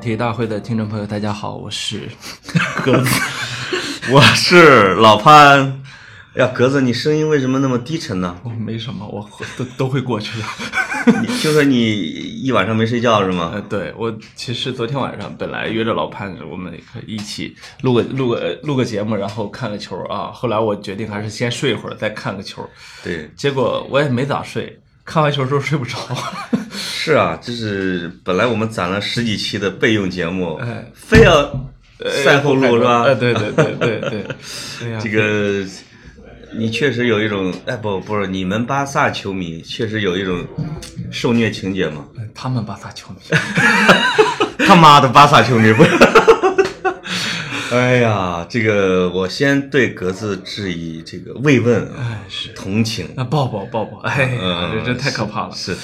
体育大会的听众朋友，大家好，我是格子， 我是老潘。哎呀，格子，你声音为什么那么低沉呢？ 我没什么，我都都会过去的。你听说你一晚上没睡觉是吗？呃，对我其实昨天晚上本来约着老潘，我们一起录个录个录个节目，然后看个球啊。后来我决定还是先睡一会儿，再看个球。对，结果我也没咋睡，看完球之后睡不着。 是啊，就是本来我们攒了十几期的备用节目，哎非要赛后录是吧？呃，对对对对对，哎呀，这个你确实有一种，哎，不不是，你们巴萨球迷确实有一种受虐情节嘛？他们巴萨球迷， 他妈的巴萨球迷不是？ 哎呀，这个我先对格子致以这个慰问啊，哎是。同情。那抱抱抱抱，哎呀，这嗯这太可怕了。是，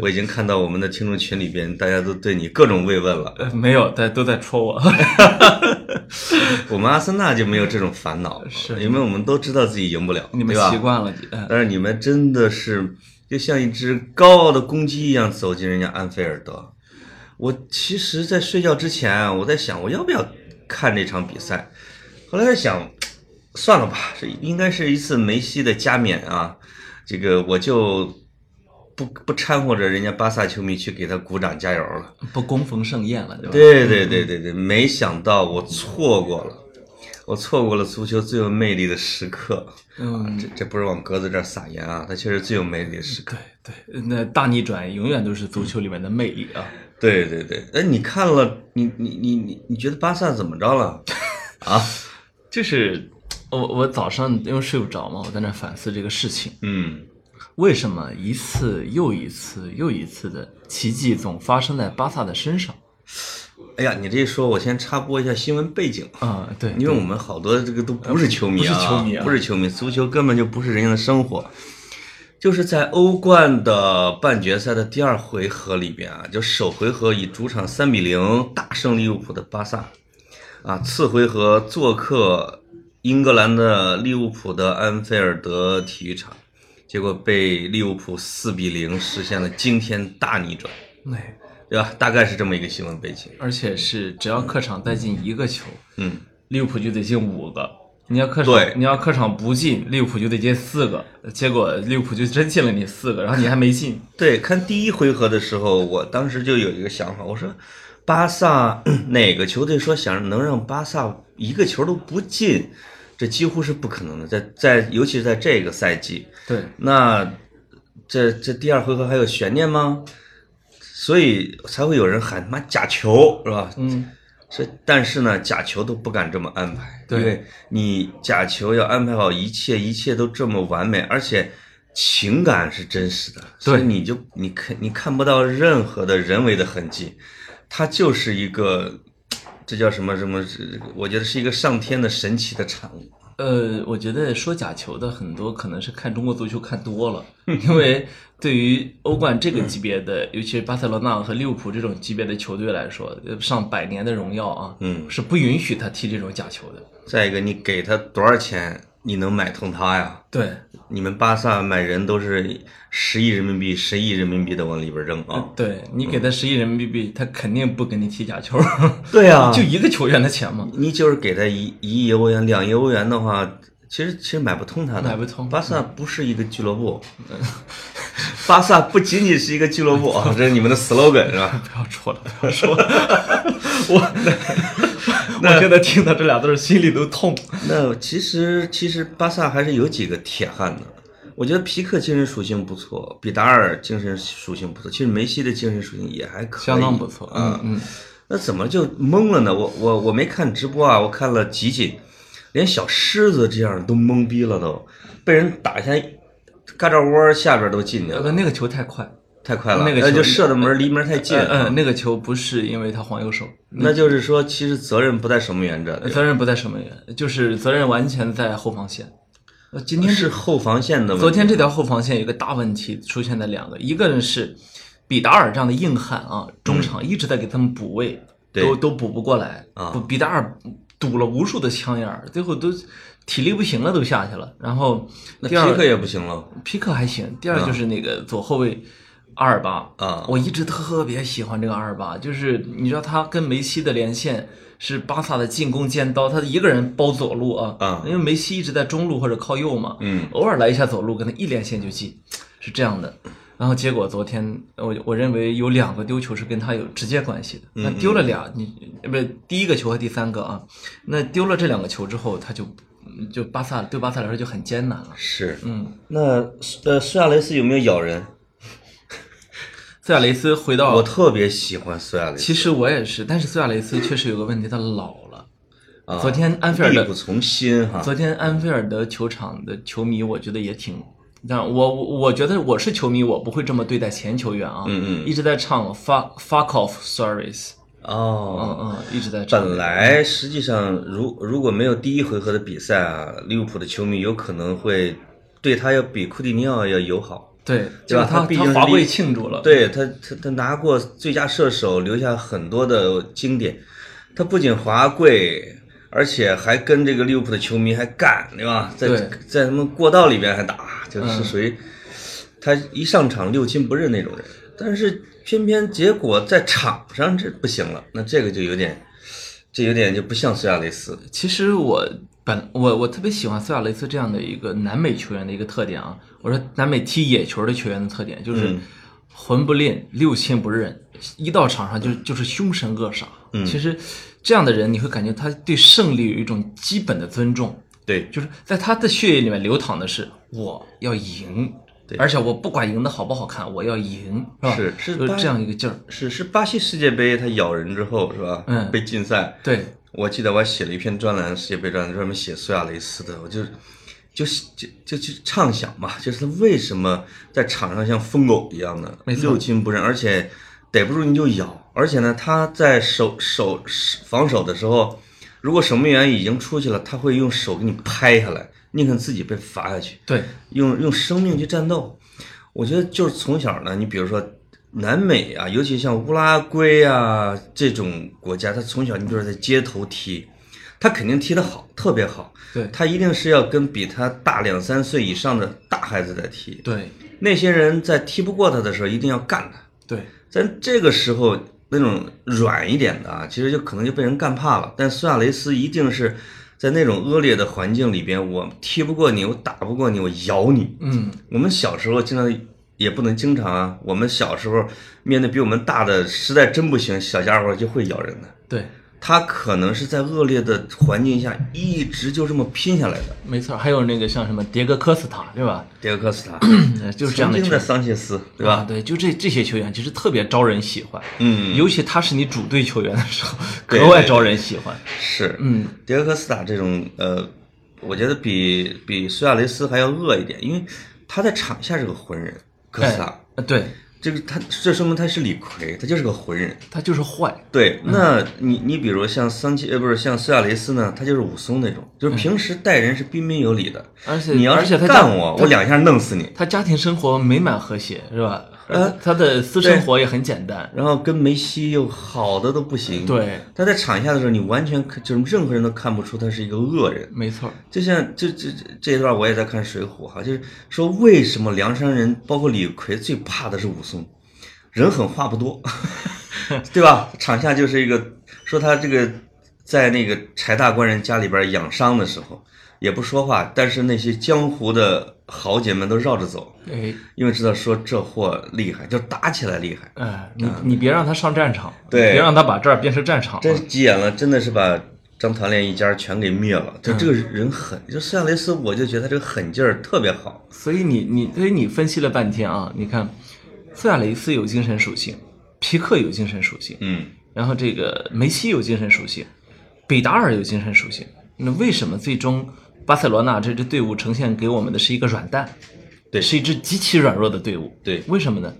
我已经看到我们的听众群里边，大家都对你各种慰问 了。呃，没有，在都在戳我。 我们阿森纳就没有这种烦恼，是因为我们都知道自己赢不了，你们对吧习惯了，嗯， 但是你们真的是就像一只高傲的公鸡一样走进人家安菲尔德。我其实，在睡觉之前啊，我在想我要不要看这场比赛，后来在想，算了吧，这应该是一次梅西的加冕啊，这个我就不不掺和着人家巴萨球迷去给他鼓掌加油了。不恭逢盛宴了，对吧？对对对对对，没想到我错过了，我错过了足球最有魅力的时刻。嗯，这这不是往格子这儿撒盐啊，它确实最有魅力的时刻。对对，那大逆转永远都是足球里面的魅力啊。对对对，哎，你看了，你你你你你觉得巴萨怎么着了？啊，就是我我早上因为睡不着嘛，我在那反思这个事情，嗯，为什么一次又一次又一次的奇迹总发生在巴萨的身上？哎呀，你这一说，我先插播一下新闻背景，啊、对，因为我们好多这个都不是球迷啊，不是球迷啊不是球迷，足球根本就不是人家的生活。就是在欧冠的半决赛的第二回合里边啊，就首回合以主场三比零大胜利物浦的巴萨，啊，次回合做客英格兰的利物浦的安菲尔德体育场，结果被利物浦四比零实现了惊天大逆转，那对吧？大概是这么一个新闻背景。而且是只要客场再进一个球，嗯，利物浦就得进五个。你要客对场，你要客场不进，利物浦就得进四个，结果利物浦就真进了你四个，然后你还没进。对，看第一回合的时候，我当时就有一个想法，我说，巴萨 哪个球队说想能让巴萨一个球都不进，这几乎是不可能的，在在尤其是在这个赛季，对，那这这第二回合还有悬念吗？所以才会有人喊妈假球是吧？嗯，是，但是呢，假球都不敢这么安排，对因为你假球要安排好一切，一切都这么完美，而且情感是真实的，所以你就你看你看不到任何的人为的痕迹，它就是一个，这叫什么什么？这我觉得是一个上天的神奇的产物。呃，我觉得说假球的很多可能是看中国足球看多了，因为对于欧冠这个级别的，尤其是巴塞罗那和利物浦这种级别的球队来说，呃上百年的荣耀啊，嗯，是不允许他踢这种假球的。再一个，你给他多少钱，你能买通他呀？对，你们巴萨买人都是十亿人民币、十亿人民币的往里边扔啊！对你给他十亿人民币，他肯定不给你踢假球，对 呀、就一个球员的钱嘛。你就是给他一一亿欧元、两亿欧元的话，其实其实买不通他的，买不通嗯巴萨不是一个俱乐 部，巴萨不仅仅是一个俱乐 部啊，这是你们的 slogan 是吧？不要说了，不要说了，我我现在听到这俩字儿心里都痛。那其实其实巴萨还是有几个铁汉的。我觉得皮克精神属性不错，比达尔精神属性不错，其实梅西的精神属性也还可以，相当不错，啊、嗯嗯，那怎么就懵了呢？我我我没看直播啊，我看了集锦，连小狮子这样都懵逼了都，被人打下嘎吱窝下边都进去呃了，那个球太快，太快了，那个呃球就射的门离门太近，嗯、呃，那个球不是因为他黄右手，那就是说其实责任不在守门员这，对吧责任不在守门员，就是责任完全在后防线。呃，今天是后防线的问题。昨天这条后防线有一个大问题出现在两个，一个人是比达尔这样的硬汉啊，中场一直在给他们补位，对都都补不过来啊不比达尔堵了无数的枪眼儿，最后都体力不行了都下去了。然后那第二皮克也不行了，嗯皮克还行，第二就是那个左后卫阿尔巴啊我一直特别喜欢这个阿尔巴，就是你知道他跟梅西的连线是巴萨的进攻尖刀，他一个人包左路啊，啊因为梅西一直在中路或者靠右嘛，嗯，偶尔来一下左路，跟他一连线就进，是这样的。然后结果昨天我我认为有两个丢球是跟他有直接关系的，嗯那丢了俩，你呃不是第一个球和第三个啊，那丢了这两个球之后，他就就巴萨对巴萨来说就很艰难了。是。嗯，那呃，苏亚雷斯有没有咬人？苏亚雷斯回到我特别喜欢苏亚雷斯，其实我也是，但是苏亚雷斯确实有个问题，他老了。啊昨天安菲尔力德不从心哈。昨天安菲尔德球场的球迷，我觉得也挺，但我我我觉得我是球迷，我不会这么对待前球员啊。嗯嗯一直在唱 fuck fuck off stories，哦，嗯嗯，一直在唱。本来实际上，如如果没有第一回合的比赛啊，利物浦的球迷有可能会对他要比库蒂尼奥要友好。对，对吧结果他毕他竟是他华第一贵庆祝了。对他，他他拿过最佳射手，留下很多的经典。他不仅华贵，而且还跟这个利物浦的球迷还干，对吧？在对在他们过道里边还打，就是嗯属于、他一上场六亲不认那种人。但是偏偏结果在场上这不行了，那这个就有点，这有点就不像苏亚雷斯。其实我本我我特别喜欢苏亚雷斯这样的一个南美球员的一个特点啊，我说南美踢野球的球员的特点就是嗯魂不吝，六亲不认，一到场上就就是凶神恶煞。嗯其实这样的人，你会感觉他对胜利有一种基本的尊重，对，就是在他的血液里面流淌的是我要赢。对而且我不管赢的好不好看，我要赢，是吧？是是就是巴这样一个劲儿。是是巴西世界杯他咬人之后是吧？嗯被禁赛。对，我记得我还写了一篇专栏，世界杯专栏，专门写苏亚雷斯的，我就就是就就去畅想嘛，就是他为什么在场上像疯狗一样的没错六亲不认，而且逮不住你就咬，而且呢，他在守守守防守的时候，如果守门员已经出去了，他会用手给你拍下来，宁肯自己被罚下去。对，用用生命去战斗。我觉得就是从小呢，你比如说南美啊，尤其像乌拉圭啊这种国家，他从小你比如说在街头踢，他肯定踢得好，特别好。对他一定是要跟比他大两三岁以上的大孩子在踢。对，那些人在踢不过他的时候，一定要干他。对，但这个时候那种软一点的啊，其实就可能就被人干怕了。但苏亚雷斯一定是在那种恶劣的环境里边，我踢不过你，我打不过你，我咬你。嗯，我们小时候经常也不能经常啊，我们小时候面对比我们大的，实在真不行，小家伙就会咬人的。对，他可能是在恶劣的环境下一直就这么拼下来的。没错。还有那个像什么迭戈科斯塔，对吧？迭戈科斯塔呃就是这样的球嗯曾经员的桑切斯，对啊，吧？对，就这这些球员其实特别招人喜欢，嗯，尤其他是你主队球员的时候， 对格外招人喜欢。是，嗯，迭戈科斯塔这种，呃，我觉得比比苏亚雷斯还要恶一点，因为他在场下是个浑人。科斯塔，哎，呃对这个他这说明他是李逵，他就是个浑人。他就是坏，对，那你你比如像桑切，呃，不是像苏亚雷斯呢，他就是武松那种，就是平时待人是彬彬有礼的。嗯而且你要而且他是干我，他我两下弄死你。他家庭生活美满和谐，是吧？呃他的私生活也很简单，然后跟梅西又好的都不行。，对，他在场下的时候，你完全看就是任何人都看不出他是一个恶人。没错，就像这这这这一段我也在看《水浒》哈，就是说为什么梁山人包括李逵最怕的是武松，人狠话不多， 对吧？场下就是一个说他这个在那个柴大官人家里边养伤的时候也不说话，但是那些江湖的豪杰们都绕着走，哎，因为知道说这货厉害，就打起来厉害。哎，你你别让他上战场，嗯对别让他把这儿变成战场，真急眼了，真的是把张团练一家全给灭了。就这个人狠，就苏亚雷斯，我就觉得他这个狠劲儿特别好。所以你你所以你分析了半天啊，你看，苏亚雷斯有精神属性，皮克有精神属性，嗯。然后这个梅西有精神属性，比达尔有精神属性，那为什么最终巴塞罗那这支队伍呈现给我们的是一个软蛋？对是一支极其软弱的队伍。对为什么呢？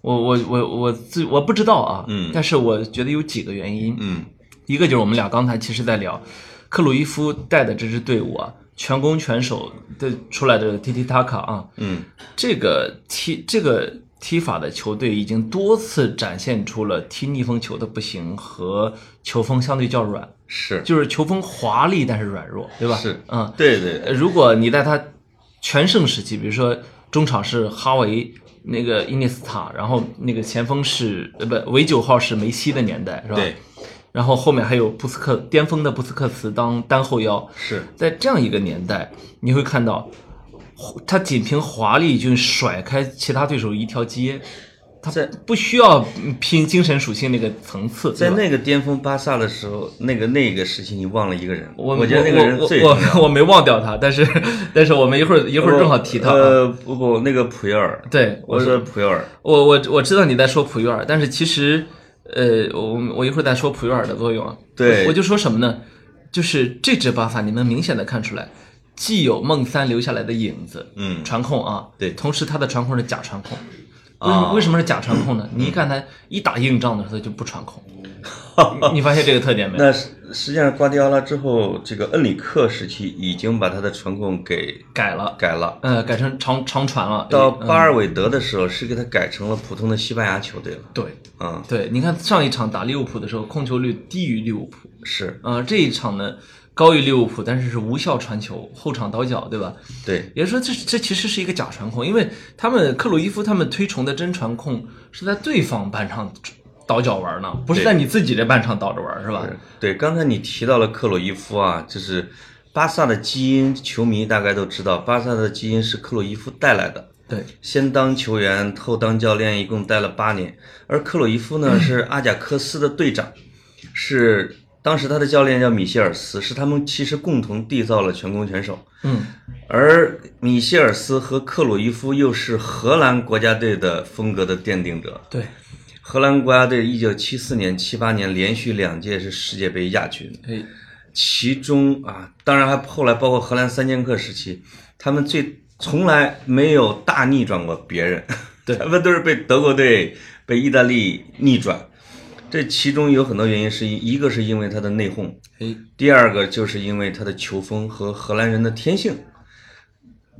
我我我我自我不知道啊，嗯但是我觉得有几个原因，嗯一个就是我们俩刚才其实在聊，克鲁伊夫带的这支队伍啊，全攻全守的出来的踢踢塔卡啊，嗯这个踢这个踢法的球队已经多次展现出了踢逆风球的不行和球风相对较软，，是，就是球风华丽但是软弱，对吧？是嗯，对对，如果你在他全盛时期，比如说中场是哈维。那个伊涅斯塔，然后那个前锋是呃不尾九号是梅西的年代是吧？对，然后后面还有布斯克巅峰的布斯克茨当单后腰，是在这样一个年代，你会看到他仅凭华丽就甩开其他对手一条街，他在不需要拼精神属性那个层次，在对吧那个巅峰巴萨的时候，那个那个时期你忘了一个人，我觉得那个人最我我我我没忘掉他，但是 但是我们一会儿一会儿正好提他啊，呃，不不，那个普约尔，对我说普约尔，我我我知道你在说普约尔，但是其实，呃，我我一会儿再说普约尔的作用啊。对我就说什么呢？就是这支巴萨，你能明显的看出来，既有孟三留下来的影子，嗯传控啊，对同时他的传控是假传控。为什啊么为什么是假传控呢？你一看他一打硬仗的时候他就不 传控，你你发现这个特点没有？那实实际上瓜迪奥拉之后，这个恩里克时期已经把他的传控给改了，改了。呃，改成长长传了。到嗯巴尔韦德的时候，是给他改成了普通的西班牙球队了。对啊、对，你看上一场打利物浦的时候，控球率低于利物浦，是啊、这一场呢高于利物浦，但是是无效传球，后场倒脚，对吧？对，也就是说这这其实是一个假传控，因为他们克鲁伊夫他们推崇的真传控是在对方半场倒脚玩呢，不是在你自己的半场倒着玩，是吧？对，刚才你提到了克鲁伊夫啊，就是巴萨的基因，球迷大概都知道，巴萨的基因是克鲁伊夫带来的。对，先当球员，后当教练，一共待了八年。而克鲁伊夫呢，是阿贾克斯的队长，是当时他的教练叫米歇尔斯，是他们其实共同缔造了全攻全守。嗯，而米歇尔斯和克鲁伊夫又是荷兰国家队的风格的奠定者。对，荷兰国家队一九七四年、七八年连续两届是世界杯亚军，哎，其中啊，当然还后来包括荷兰三剑客时期，他们最从来没有大逆转过别人，对 他们都是被德国队、被意大利逆转。这其中有很多原因是，一个是因为他的内讧，哎，第二个就是因为他的球风和荷兰人的天性。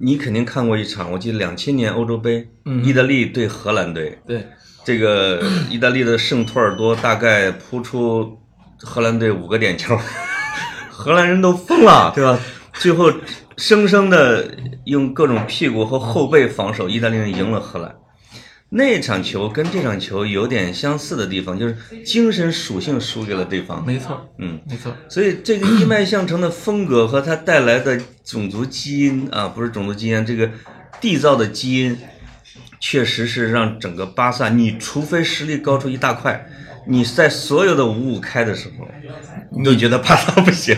你肯定看过一场，我记得两千年欧洲杯，意大利对荷兰队，对，这个意大利的圣托尔多大概扑出荷兰队五个点球，荷兰人都疯了，对吧？最后生生的用各种屁股和后背防守，意大利人赢了荷兰。那场球跟这场球有点相似的地方，就是精神属性输给了对方。没错，嗯，没错，所以这个一脉相承的风格和它带来的种族基因啊，不是种族基因，这个缔造的基因，确实是让整个巴萨，你除非实力高出一大块，你在所有的五五开的时候，你都觉得巴萨不行。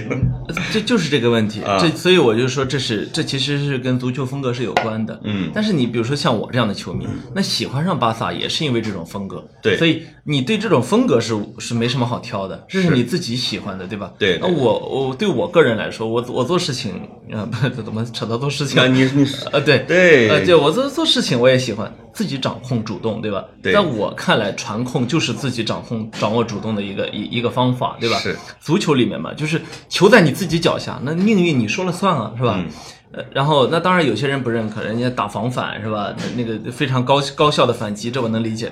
这就是这个问题，啊这所以我就说这是这其实是跟足球风格是有关的，嗯但是你比如说像我这样的球迷，那喜欢上巴萨也是因为这种风格，对所以你对这种风格是是没什么好挑的，这是你自己喜欢的，对吧？对那对我我对我个人来说，我我做事情，呃，不怎么扯到做事情那，啊你你呃，对，对呃，对我做做事情我也喜欢自己掌控主动，对吧？对在我看来，传控就是自己掌控、掌握主动的一个一一个方法，对吧？是。足球里面嘛，就是球在你自己脚下，那命运你说了算啊，是吧？嗯呃，然后那当然有些人不认可，人家打防反是吧？那那个非常高高效的反击，这我能理解。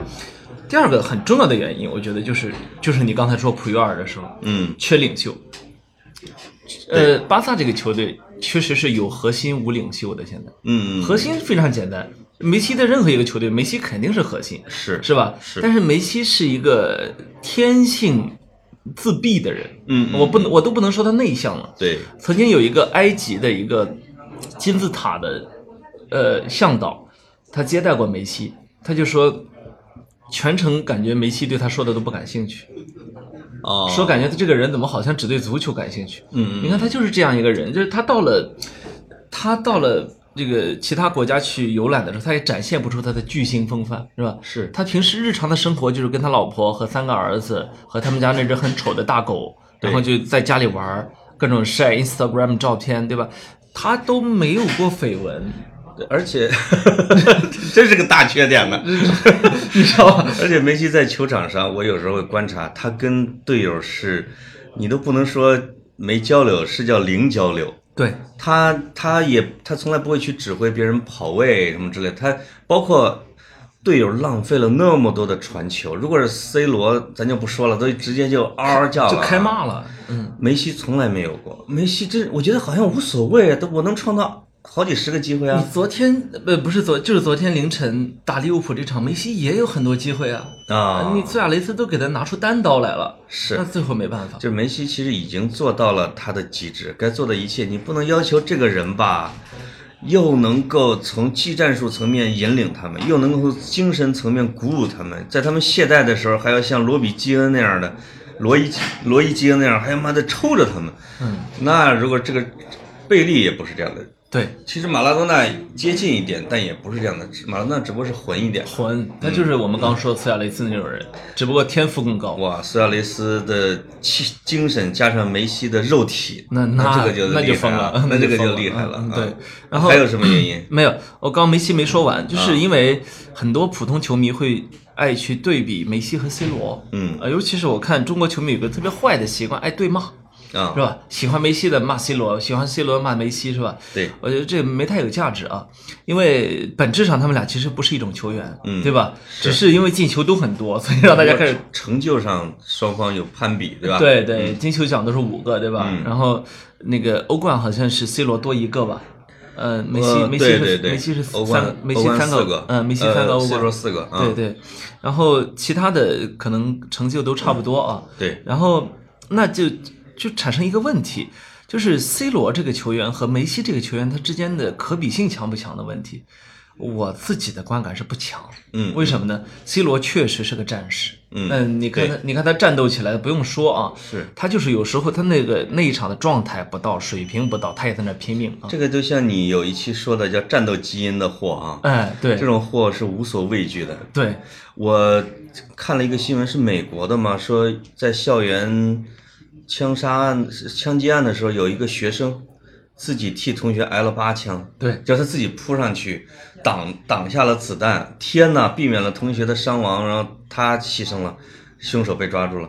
第二个很重要的原因，我觉得就是就是你刚才说普约尔的时候， 嗯，缺领袖。呃，巴萨这个球队确实是有核心无领袖的，现在。嗯核心非常简单，梅西的任何一个球队，梅西肯定是核心，是是吧？是但是梅西是一个天性自闭的人，嗯嗯我不能，我都不能说他内向了。对曾经有一个埃及的一个金字塔的呃向导，他接待过梅西，他就说。全程感觉梅西对他说的都不感兴趣，哦说感觉他这个人怎么好像只对足球感兴趣。嗯你看他就是这样一个人，就是他到了，他到了这个其他国家去游览的时候，他也展现不出他的巨星风范，是吧？是他平时日常的生活就是跟他老婆和三个儿子和他们家那只很丑的大狗，对然后就在家里玩儿，各种晒 Instagram 照片，对吧？他都没有过绯闻，而且 真是个大缺点呢。 你知道吧？而且梅西在球场上，我有时候会观察他跟队友是，你都不能说没交流，是叫零交流。对，他他也他从来不会去指挥别人跑位什么之类的，他包括队友浪费了那么多的传球，如果是 C 罗，咱就不说了，都直接就嗷嗷叫了，啊就开。骂了，嗯。啊梅西从来没有过，梅西真我觉得好像无所谓，都我能创造好几十个机会嗯你啊昨天呃不是昨就是昨天凌晨打利物浦这场，梅西也有很多机会啊，啊！你苏亚雷斯都给他拿出单刀来了，是那最后没办法。就梅西其实已经做到了他的极致，该做的一切，你不能要求这个人吧，又能够从技战术层面引领他们，又能够从精神层面鼓舞他们，在他们懈怠的时候，还要像罗比基恩那样的，罗伊罗伊基恩那样，还要妈的抽着他们。嗯，那如果这个贝利也不是这样的，对，其实马拉多纳接近一点，但也不是这样的，只马拉多纳只不过是混一点。魂，他就是我们刚说的苏亚雷斯那种人，只不过天赋更高。哇，苏亚雷斯的气精神加上梅西的肉体，那那那这个就那厉就害疯了那那这就个疯就了厉害了。嗯啊对然后还有什 么原因？没有，我刚梅西没说完，就是因为很多普通球迷会爱去对比梅西和 C 罗，嗯呃，尤其是我看中国球迷有个特别坏的习惯，爱对骂，啊是，吧？喜欢梅西的骂 C 罗，喜欢 C 罗骂梅西，是吧？对，我觉得这没太有价值啊，因为本质上他们俩其实不是一种球员，嗯对吧？是只是因为进球都很多，所以让大家开始成就上双方有攀比，对吧？对对，嗯金球奖都是五个，对吧？然后那个欧冠好像是 C 罗多一个吧？呃，梅西、呃梅西对是对对梅西是欧冠三，梅欧西冠三四个个，嗯，梅西呃三个欧 C 冠，罗四个啊，对对。然后其他的可能成就都差不多啊。对然后那就就产生一个问题，就是 C 罗这个球员和梅西这个球员他之间的可比性强不强的问题。我自己的观感是不强，嗯为什么呢？C 罗确实是个战士，嗯你看他，你看他战斗起来，不用说啊，是他就是有时候他那个那一场的状态不到，水平不到，他也在那拼命啊，这个就像你有一期说的叫战斗基因的货啊，哎，对这，种货是无所畏惧的，对，我看了一个新闻，是美国的嘛，说在校园枪杀案、枪击案的时候，有一个学生自己替同学挨了八枪，对，叫他自己扑上去挡挡下了子弹，天呐，避免了同学的伤亡，然后他牺牲了，凶手被抓住了。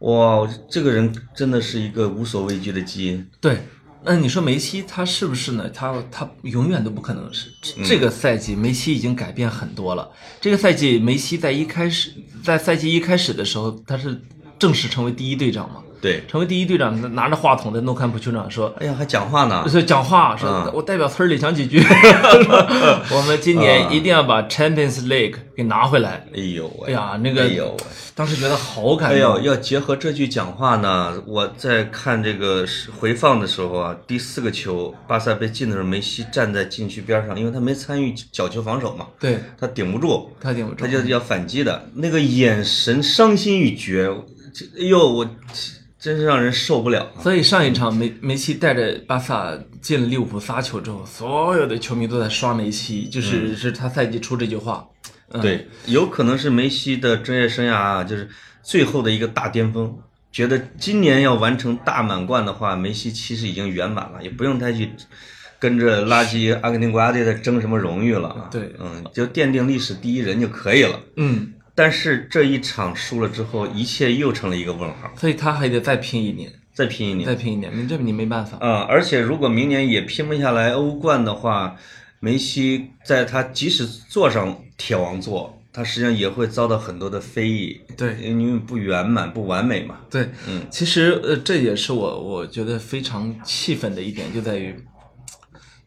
哇，这个人真的是一个无所畏惧的基因。对，那你说梅西他是不是呢？他他永远都不可能是。嗯这这个赛季梅西已经改变很多了。这个赛季梅西在一开始，在赛季一开始的时候，他是正式成为第一队长嘛？对，成为第一队长，拿着话筒在诺坎普球场说。哎呀，还讲话呢。说讲话说，嗯我代表村里讲几 句。我们今年啊一定要把 Champions League 给拿回来。哎呦哎喂！呀，那个，哎呦喂！当时觉得好感动。哎呦，要结合这句讲话呢，我在看这个回放的时候啊，第四个球巴萨被进的时候，梅西站在禁区边上，因为他没参与角球防守嘛，对他顶不住，他挺不他住，就是要反击的，那个眼神伤心欲绝，这哎呦，我真是让人受不了啊！所以上一场梅梅西带着巴萨进了利物浦仨球之后，所有的球迷都在刷梅西，就是、是他赛季初这句话。嗯、，嗯对，有可能是梅西的职业生涯啊，就是最后的一个大巅峰。觉得今年要完成大满贯的话，梅西其实已经圆满了，也不用太去跟着垃圾阿根廷国家队在争什么荣誉了啊。对嗯，就奠定历史第一人就可以了。嗯，但是这一场输了之后，一切又成了一个问号，所以他还得再拼一年，再拼一年再。拼一年，你这你没办法。嗯，而且如果明年也拼不下来欧冠的话，梅西在他即使坐上铁王座，他实际上也会遭到很多的非议，对因为不圆满、不完美嘛。对，嗯，其实呃，这也是我我觉得非常气愤的一点，就在于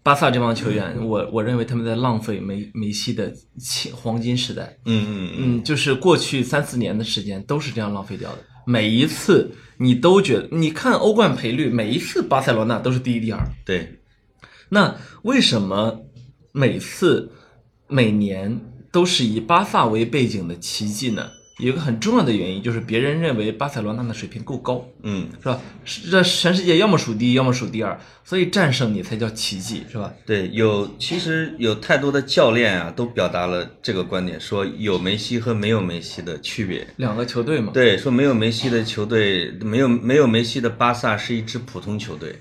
巴萨这帮球员，嗯我我认为他们在浪费梅梅西的青黄金时代。嗯嗯嗯，就是过去三四年的时间都是这样浪费掉的。每一次你都觉得，你看欧冠赔率，每一次巴塞罗那都是第一、第二。对，那为什么每次每年都是以巴萨为背景的奇迹呢？有一个很重要的原因就是别人认为巴塞罗那的水平够高，嗯，是吧？是这全世界要么数第一，要么数第二，所以战胜你才叫奇迹，是吧？对，有其实有太多的教练啊，都表达了这个观点，说有梅西和没有梅西的区别。两个球队嘛，对，说没有梅西的球队，没有没有梅西的巴萨是一支普通球队，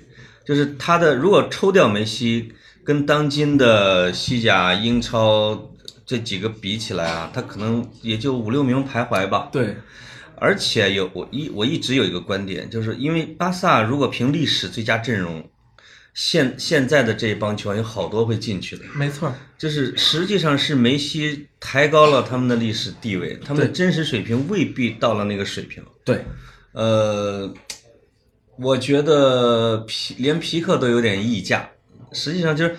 就是他的如果抽掉梅西，跟当今的西甲、英超这几个比起来啊，他可能也就五六名徘徊吧。对而且有我一我一直有一个观点，就是因为巴萨如果凭历史最佳阵容，现现在的这一帮球员有好多会进去的，没错儿，就是实际上是梅西抬高了他们的历史地位，他们的对真实水平未必到了那个水平。对，呃，我觉得皮连皮克都有点溢价，实际上就是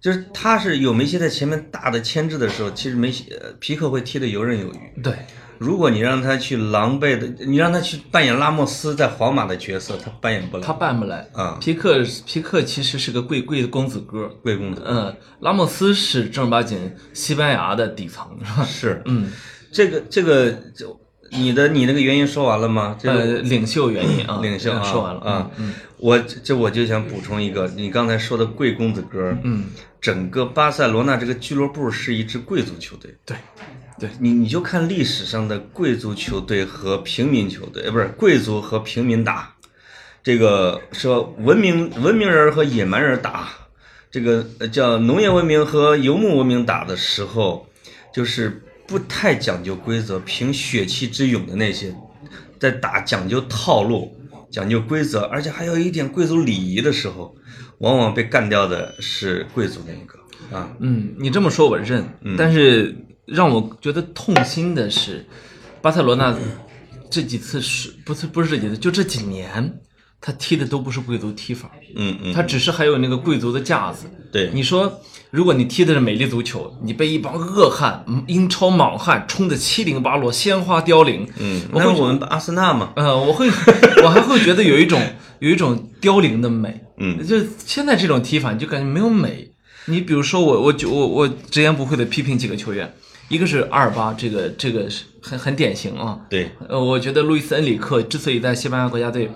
就是他是有梅西在前面大的牵制的时候，其实梅西呃皮克会踢得游刃有余。对，如果你让他去狼狈的，你让他去扮演拉莫斯在皇马的角色，他扮演不了。他办不来。啊皮克皮克其实是个贵贵的公子哥，贵公子嗯，拉莫斯是正儿八经西班牙的底层， 是吧？是，嗯，这个这个就你的你那个原因说完了吗？这呃个，领袖原因啊，领袖啊，说完了嗯啊，我这我就想补充一个，你刚才说的贵公子哥，嗯，整个巴塞罗那这个俱乐部是一支贵族球队，对，你你就看历史上的贵族球队和平民球队，呃，不是贵族和平民打，这个说文明文明人和野蛮人打，这个呃叫农业文明和游牧文明打的时候，就是不太讲究规则，凭血气之勇的那些，在打讲究套路、讲究规则，而且还有一点贵族礼仪的时候，往往被干掉的是贵族那一个啊，嗯，你这么说我认，嗯但是让我觉得痛心的是，巴塞罗那这几次是不是不是这几次，就这几年他踢的都不是贵族踢法，嗯嗯，他只是还有那个贵族的架子。对你说，如果你踢的是美丽足球，你被一帮恶汉、嗯英超莽汉冲得七零八落、鲜花凋零，嗯，我那会我们阿森纳嘛，呃，我会，我还会觉得有一种有一种凋零的美，嗯就是现在这种踢法，你就感觉没有美。你比如说我，我就我我直言不讳的批评几个球员，一个是阿尔巴，这个这个是很很典型啊。对。呃，我觉得路易斯恩里克之所以在西班牙国家队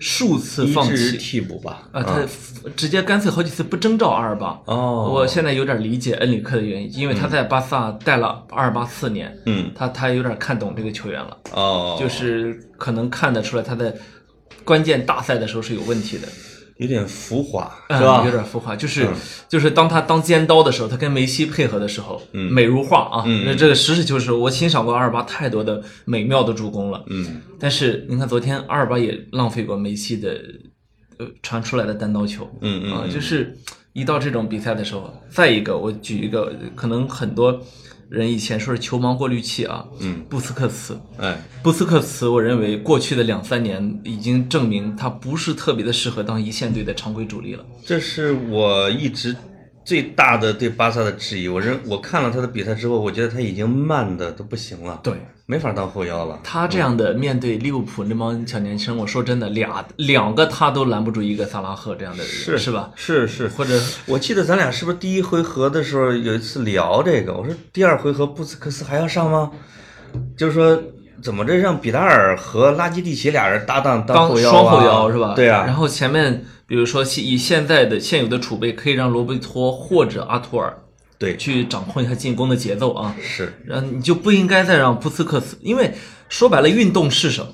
数次放一直弃，替补吧？啊，他直接干脆好几次不征召阿尔巴。哦，我现在有点理解恩里克的原因，因为他在巴萨带了阿尔巴四年，嗯，他他有点看懂这个球员了。哦，就是可能看得出来他在关键大赛的时候是有问题的，有点浮华，嗯是吧？嗯有点浮夸，就是、就是当他当尖刀的时候，他跟梅西配合的时候，嗯美如画啊。那、这个实事求是，我欣赏过阿尔巴太多的美妙的助攻了。嗯，但是您看，昨天阿尔巴也浪费过梅西的呃传出来的单刀球，嗯嗯啊、就是一到这种比赛的时候，再一个我举一个，可能很多人以前说是球盲过滤器啊，嗯，布斯克茨，哎，布斯克茨，我认为过去的两三年已经证明他不是特别的适合当一线队的常规主力了。这是我一直最大的对巴萨的质疑。我认我看了他的比赛之后，我觉得他已经慢的都不行了，对没法当后腰了。他这样的面对利物浦那帮小年轻，我说真的，俩两个他都拦不住一个萨拉赫这样的人，是吧？？是是，或者我记得咱俩是不是第一回合的时候有一次聊这个？我说第二回合布斯克斯还要上吗？就是说怎么着让比达尔和拉基蒂奇俩人搭档当后腰、啊、双后腰是吧？对啊，然后前面比如说现以现在的现有的储备，可以让罗贝托或者阿图尔对去掌控一下进攻的节奏啊。是然后你就不应该再让布斯克斯，因为说白了，运动是什么？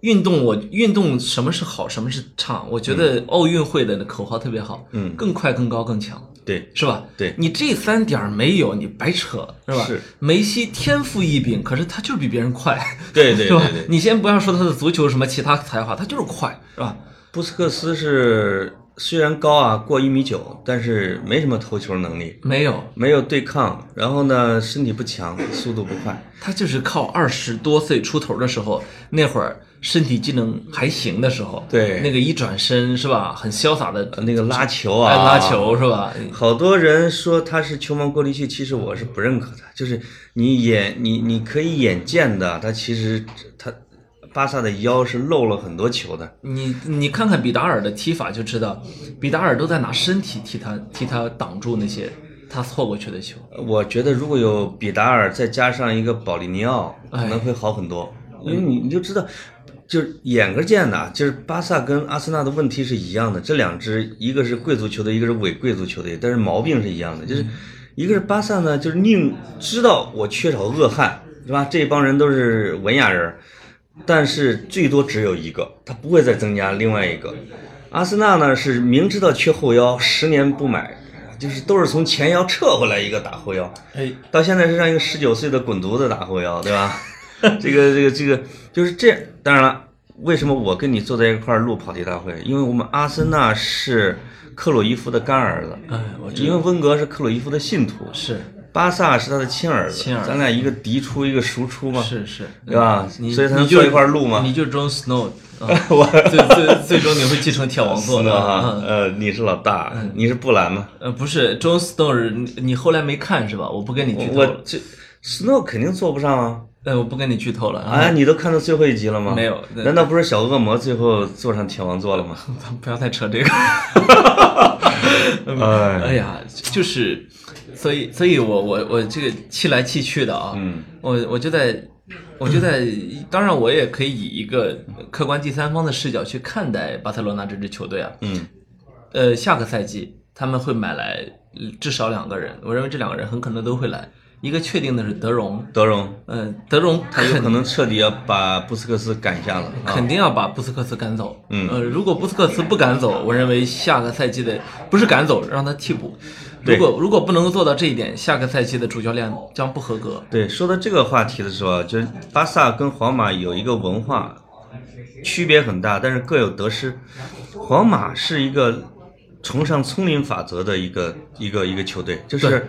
运动我运动什么是好，什么是差？我觉得奥运会的口号特别好，嗯更快、更高、更强，对。是吧？对你这三点儿没有，你白扯，是吧？是梅西天赋异禀，可是他就是比别人快，对对是吧对 对？你先不要说他的足球什么其他才华，他就是快，啊是吧？布斯克斯是虽然高啊，过一米九，但是没什么投球能力，没有，没有对抗，然后呢，身体不强，速度不快。他就是靠二十多岁出头的时候，那会儿身体机能还行的时候，对那个一转身是吧，很潇洒的呃那个拉球啊，爱哎拉，球是吧？好多人说他是球盲过滤器，其实我是不认可的。就是你眼你你可以眼见的，他其实他巴萨的腰是漏了很多球的。你你看看比达尔的踢法就知道，比达尔都在拿身体替他替他挡住那些他错过去的球。我觉得如果有比达尔再加上一个保利尼奥，哎可能会好很多，因为你你就知道，就是眼个见的，啊就是巴萨跟阿森纳的问题是一样的，这两支一个是贵族球队，一个是伪贵族球队，但是毛病是一样的，就是一个是巴萨呢，就是宁知道我缺少恶汉，是吧？这帮人都是文雅人，但是最多只有一个，他不会再增加另外一个。阿森纳呢是明知道缺后腰，十年不买，就是都是从前腰撤回来一个打后腰，哎，到现在是让一个十九岁的滚犊子打后腰，对吧？ 这个这个这个就是这样。当然了，为什么我跟你坐在一块儿录跑题大会？因为我们阿森纳是克鲁伊夫的干儿子，哎，我知因为温格是克鲁伊夫的信徒，是巴萨是他的亲儿子亲儿，子咱俩一个嫡出一个叔出嘛，是是，对吧你所以才能你就坐一块儿录嘛你就 Jon Snow，啊 最最最终你会继承铁王座的的哈啊。，呃，你是老大，嗯你是布兰嘛？呃，不是 Jon Snow，是你你后来没看是吧？我不跟你剧透我了，这 Snow 肯定坐不上啊！呃，我不跟你剧透了啊，哎，你都看到最后一集了吗？没有难道不是小恶魔最后坐上铁王座了吗？不要再扯这个。哎，哎呀，就是，所以，所以我我我这个气来气去的啊，嗯，我我就在，我就在，当然我也可以以一个客观第三方的视角去看待巴塞罗那这支球队啊，嗯，呃，下个赛季他们会买来呃至少两个人，我认为这两个人很可能都会来，一个确定的是德容，德容，呃，德容他有肯可能彻底要把布斯克斯赶下了啊！肯定要把布斯克茨赶走。嗯呃，如果布斯克茨不赶走，我认为下个赛季的不是赶走，让他替补。如对果如果不能够做到这一点，下个赛季的主教练将不合格。对，说到这个话题的时候啊，就是巴萨跟皇马有一个文化区别很大，但是各有得失。皇马是一个崇尚丛林法则的一个一个一个球队，就对是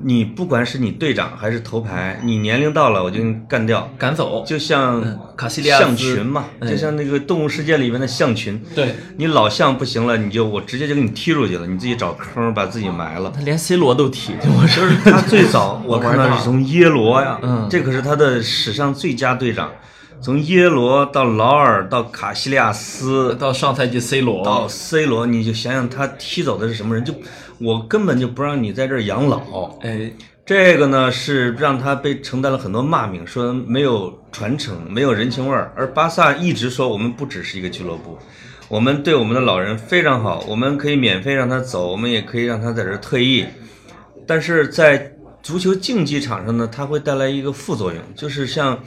你不管是你队长还是头牌，你年龄到了我就给你干掉，赶走，就像卡西利亚斯嗯象群嘛，哎嗯就像那个《动物世界》里面的象群。对你老象不行了，你就我直接就给你踢出去了，你自己找坑把自己埋了。他连 C 罗都踢，我是他最早我看到玩大是从耶罗 呀，嗯这可是他的史上最佳队长，从耶罗到劳尔到卡西利亚斯到上赛季 C 到罗， C 罗，你就想想他踢走的是什么人？就我根本就不让你在这儿养老。哎，这个呢是让他被承担了很多骂名，说没有传承，没有人情味儿。而巴萨一直说我们不只是一个俱乐部，我们对我们的老人非常好，我们可以免费让他走，我们也可以让他在这儿退役。但是在足球竞技场上呢，它会带来一个副作用，就是像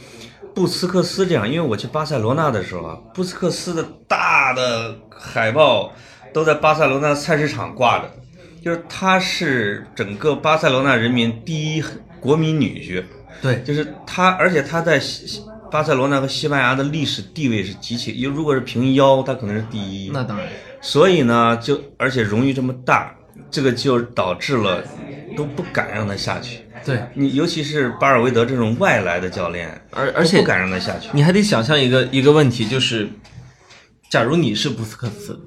布斯克斯这样，因为我去巴塞罗那的时候啊，布斯克斯的大的海报都在巴塞罗那菜市场挂着，就是他是整个巴塞罗那人民第一国民女婿，对，就是他，而且他在西西巴塞罗那和西班牙的历史地位是极其，如果是平腰，他可能是第一，那当然，所以呢，就而且荣誉这么大，这个就导致了都不敢让他下去。对，你尤其是巴尔韦德这种外来的教练，而而且都不敢让他下去。你还得想象一个一个问题，就是，假如你是布斯克茨，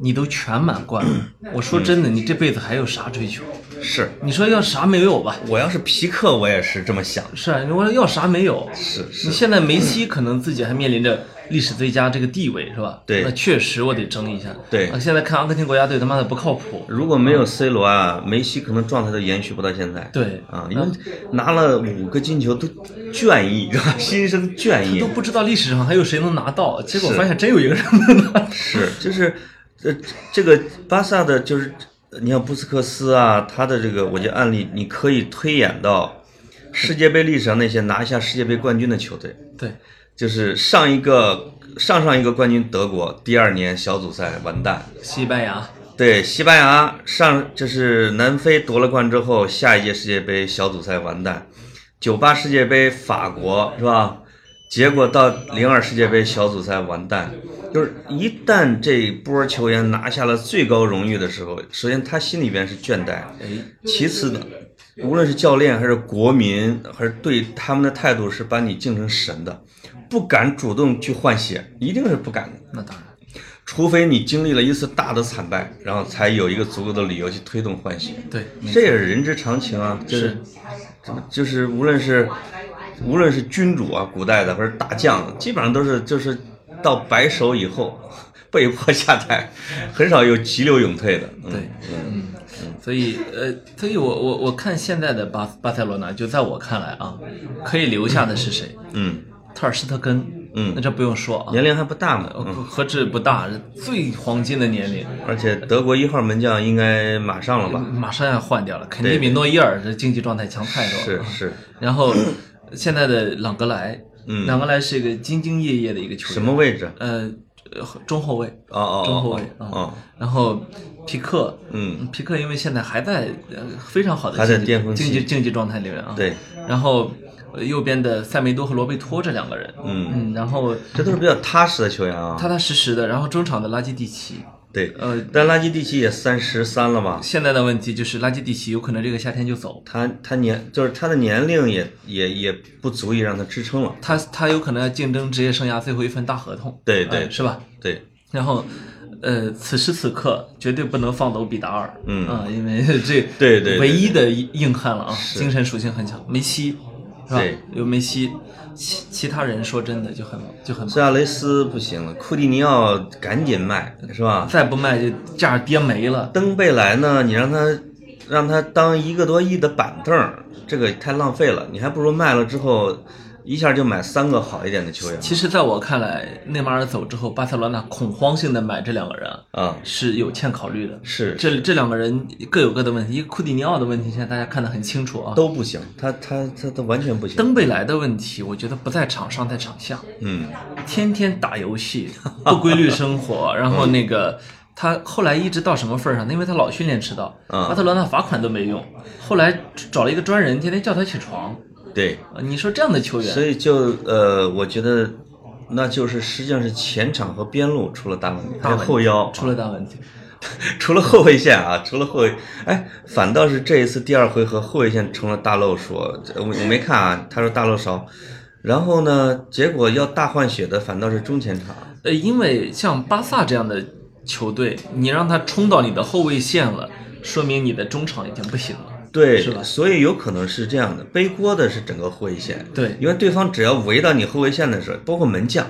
你都全满贯了，我说真的，你这辈子还有啥追求？是你说要啥没有吧？我要是皮克，我也是这么想。是啊，我说要啥没有？是你是，现在梅西可能自己还面临着历史最佳这个地位，是吧？对那确实我得争一下。对啊现在看阿根廷国家队他妈的不靠谱。如果没有 C 罗啊，梅西可能状态都延续不到现在。嗯对啊，因为拿了五个金球都倦意，是吧？心生倦意都。不知道历史上还有谁能拿到，结果是发现真有一个人能拿到。是， 就是，呃，这个巴萨的，就是你像布斯克斯啊，他的这个，我觉得案例你可以推演到世界杯历史上那些拿下世界杯冠军的球队，对，就是上一个上上一个冠军德国，第二年小组赛完蛋，西班牙，对，西班牙上就是南非夺了冠之后，下一届世界杯小组赛完蛋。九八世界杯法国是吧？结果到零二世界杯小组赛完蛋，就是一旦这波球员拿下了最高荣誉的时候，首先他心里边是倦怠，其次呢，无论是教练还是国民，还是对他们的态度是把你敬成神的，不敢主动去换血，一定是不敢的。那当然。除非你经历了一次大的惨败，然后才有一个足够的理由去推动换血。对，这也是人之常情啊，就是就是无论是无论是君主啊，古代的或者大将，啊基本上都是就是到白首以后 被迫下台，很少有急流勇退的。嗯、对，嗯，所以呃，所以我我我看现在的巴巴塞罗那，就在我看来啊，可以留下的是谁？嗯，特尔施特根，嗯那这不用说啊，年龄还不大嘛，呃嗯，何止不大，最黄金的年龄，而且德国一号门将应该马上了吧？马上要换掉了，肯定对比诺伊尔的竞技状态强太多了。是是，然后现在的朗格莱，嗯朗格莱是一个兢兢业业的一个球员，什么位置？呃，呃中后卫，哦哦中后卫啊哦哦哦，然后皮克，嗯，皮克因为现在还在呃非常好的还在竞技巅峰期竞技竞技状态里面啊，对，然后呃右边的塞梅多和罗贝托这两个人，嗯嗯，然后这都是比较踏实的球员啊。踏踏实实的，然后中场的拉基蒂奇，对，呃，但拉基蒂奇也三十三了吧？现在的问题就是拉基蒂奇有可能这个夏天就走，他他年就是他的年龄也也也不足以让他支撑了。他他有可能要竞争职业生涯最后一份大合同，对对呃是吧？对，然后，呃，此时此刻绝对不能放走比达尔，嗯啊，因为 这对对对唯一的硬汉了啊，是精神属性很强。梅西是吧对？有梅西，其其他人说真的就很就很，苏亚雷斯不行了，库蒂尼奥赶紧卖是吧？再不卖就价跌没了。登贝莱呢，你让他让他当一个多亿的板凳儿，这个太浪费了。你还不如卖了之后，一下就买三个好一点的球员其实，在我看来，内马尔走之后，巴塞罗那恐慌性的买这两个人啊、是有欠考虑的。是这这两个人各有各的问题，一个库蒂尼奥的问题现在大家看得很清楚啊，都不行，他他他他完全不行。登贝莱的问题，我觉得不在场上，在场下。嗯，天天打游 戏，不规律生活，然后那个他后来一直到什么份儿上？因为他老训练迟到，嗯巴特罗那罚款都没用，后来找了一个专人，天天叫他起床。对，呃你说这样的球所员，以就呃，我觉得那就是实际上是前场和边路出了大问题，还有后腰 出了大问题。除了后卫线啊，除了后卫，哎，反倒是这一次第二回合后卫线成了大漏说，这我我没看啊，他说大漏勺，然后呢，结果要大换血的反倒是中前场，呃，因为像巴萨这样的球队，你让他冲到你的后卫线了，说明你的中场已经不行了。对，是吧所以有可能是这样的，背锅的是整个后卫线，对因为对方只要围到你后卫线的时候，包括门将，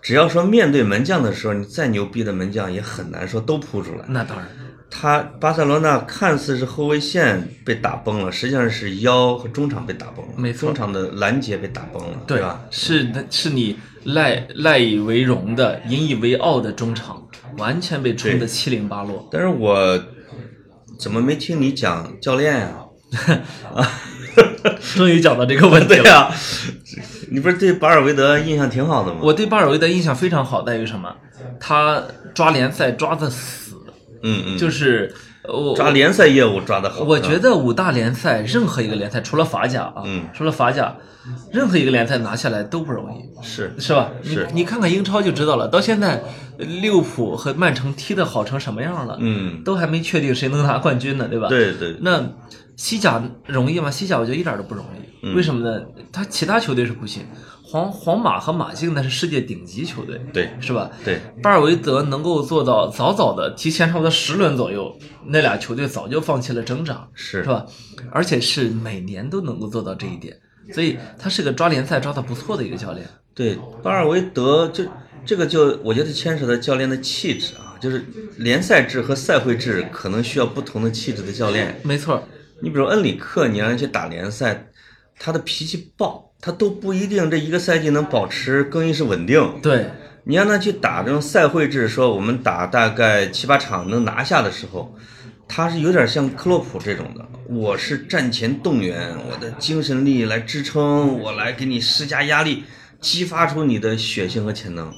只要说面对门将的时候，你再牛逼的门将也很难说都扑出来。那当然，他巴塞罗那看似是后卫线被打崩了，实际上是腰和中场被打崩了，没错中场的拦截被打崩了，对是吧？？是的，是你赖赖以为荣的、引以为傲的中场，完全被冲得七零八落。但是我怎么没听你讲教练呀、 终于讲到这个问题对啊了。呀、你不是对巴尔韦德印象挺好的吗？我对巴尔韦德印象非常好，在于什么？他抓联赛抓的死，嗯嗯，就是呃我抓嗯联赛业务抓得好。我觉得五大联赛任何一个联赛，除了法甲啊，嗯除了法甲，任何一个联赛拿下来都不容易，是是吧？是你你看看英超就知道了，到现在利物浦和曼城踢得好成什么样了，嗯，都还没确定谁能拿冠军呢，对吧？对对那西甲容易吗？西甲我觉得一点儿都不容嗯易，为什么呢？他其他球队是不行，皇皇马和马竞那是世界顶级球队，对是吧？对，巴尔韦德能够做到早早的提前差不多十轮左右，那俩球队早就放弃了挣扎，是是吧？而且是每年都能够做到这一点，所以他是个抓联赛抓的不错的一个教练。对巴尔韦德就这个就我觉得牵扯到教练的气质啊，就是联赛制和赛会制可能需要不同的气质的教练。没错，你比如恩里克，你让人去打联赛，他的脾气暴，他都不一定这一个赛季能保持更衣室稳定。对，你让他去打这种赛会制，说我们打大概七八场能拿下的时候，他是有点像克洛普这种的。我是战前动员，我的精神力来支撑，我来给你施加压力，激发出你的血性和潜能。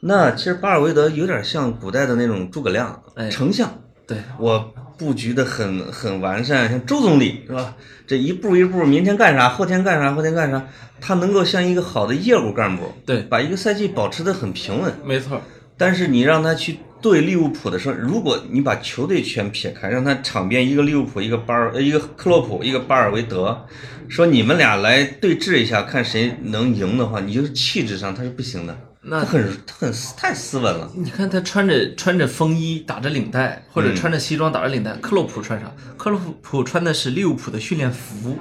那其实巴尔韦德有点像古代的那种诸葛亮哎、丞相，对，我布局的很很完善，像周总理是吧？这一步一步，明天干啥，后天干啥，后天干啥，他能够像一个好的业务干部，对把一个赛季保持的很平稳。没错，但是你让他去对利物浦的时候，如果你把球队全撇开，让他场边一个利物浦，一个巴尔，呃一个克洛普，一个巴尔韦德，说你们俩来对峙一下，看谁能赢的话，你就是气质上他是不行的。那他很他很太斯文了，你看他穿着穿着风衣打着领带，或者嗯穿着西装打着领带，克洛普穿啥？克洛普穿的是利物浦的训练服，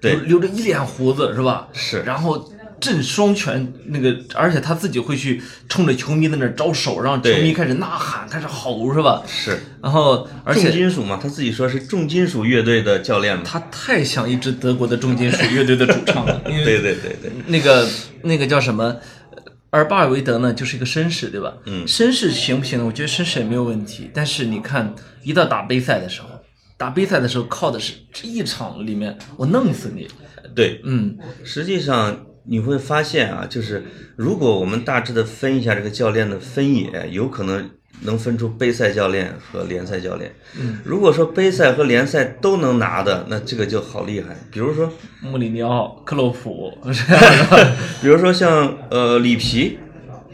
对留留着一脸胡子是吧？是然后振双拳，那个而且他自己会去冲着球迷在那儿招手，让球对迷开始呐喊，开始吼是吧？是然后而重且金属嘛，他自己说是重金属乐队的教练嘛。他太像一支德国的重金属乐队的主唱了，因为对对对对，那个那个叫什么？而巴尔维德呢，就是一个绅士，对吧？嗯绅士行不行呢？我觉得绅士也没有问题。但是你看，一到打杯赛的时候，打杯赛的时候靠的是这一场里面我弄死你。对，嗯，实际上你会发现啊，就是如果我们大致的分一下这个教练的分野，有可能能分出杯赛教练和联赛教练。嗯，如果说杯赛和联赛都能拿的，那这个就好厉害。比如说，穆里尼奥、克洛普这样的，比如说像呃里皮，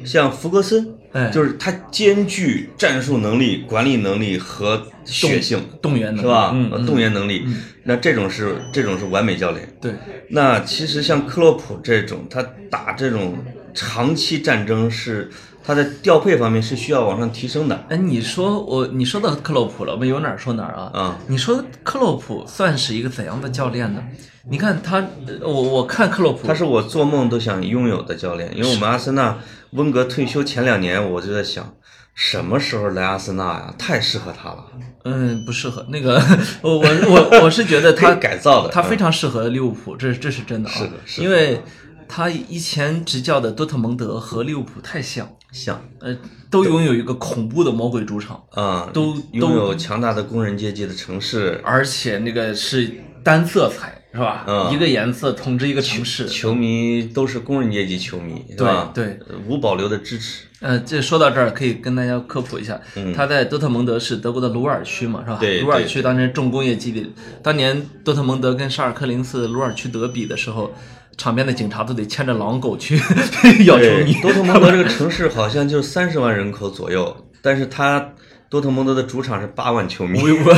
像福格森，哎，就是他兼具战术能力、管理能力和血性，动员能是吧？嗯，呃动员能力，那这种是这种是完美教练。对，那其实像克洛普这种，他打这种长期战争是他在调配方面是需要往上提升的。哎，你说我你说到克洛普了，我们有哪儿说哪儿啊？啊你说克洛普算是一个怎样的教练呢？你看他，呃我我看克洛普，他是我做梦都想拥有的教练，因为我们阿森纳温格退休前两年，我就在想，什么时候来阿森纳呀？太适合他了，嗯不适合那个，我我我我是觉得他哦可以 改造的他非嗯常适合利物浦，这这是真的啊，是的是的因为他以前执教的多特蒙德和利物浦太像，像呃，都拥有一个恐怖的魔鬼主场，啊，都拥都有强大的工人阶级的城市，而且那个是单色彩是吧？嗯一个颜色统治一个城市，球迷都是工人阶级球迷，是对吧？对呃，无保留的支持。呃，这说到这儿可以跟大家科普一下，他在多特蒙德是德国的鲁尔区嘛，是吧？嗯对鲁尔对区当年重工业基地，当年多特蒙德跟沙尔克零四鲁尔区德比的时候，场边的警察都得牵着狼狗去 咬球迷。 多特 蒙德这个城市好像就三十万人口左右，但是他多特蒙德的主场是八万球迷，维维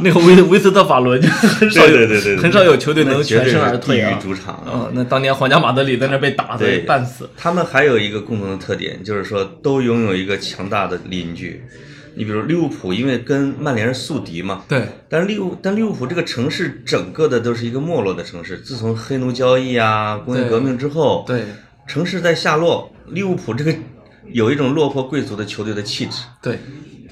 那个维维斯特法伦就很少有对对对对对很少有球队能那绝全对身而是地退狱啊。主场啊。嗯，那当年皇家马德里在那被打的对半死，他们还有一个共同的特点，就是说都拥有一个强大的邻居。你比如利物浦，因为跟曼联是宿敌嘛，对，但利物但利物浦这个城市整个的都是一个没落的城市。自从黑奴交易啊、工业对革命之后，对城市在下落。利物浦这个有一种落魄贵族的球队的气质，对，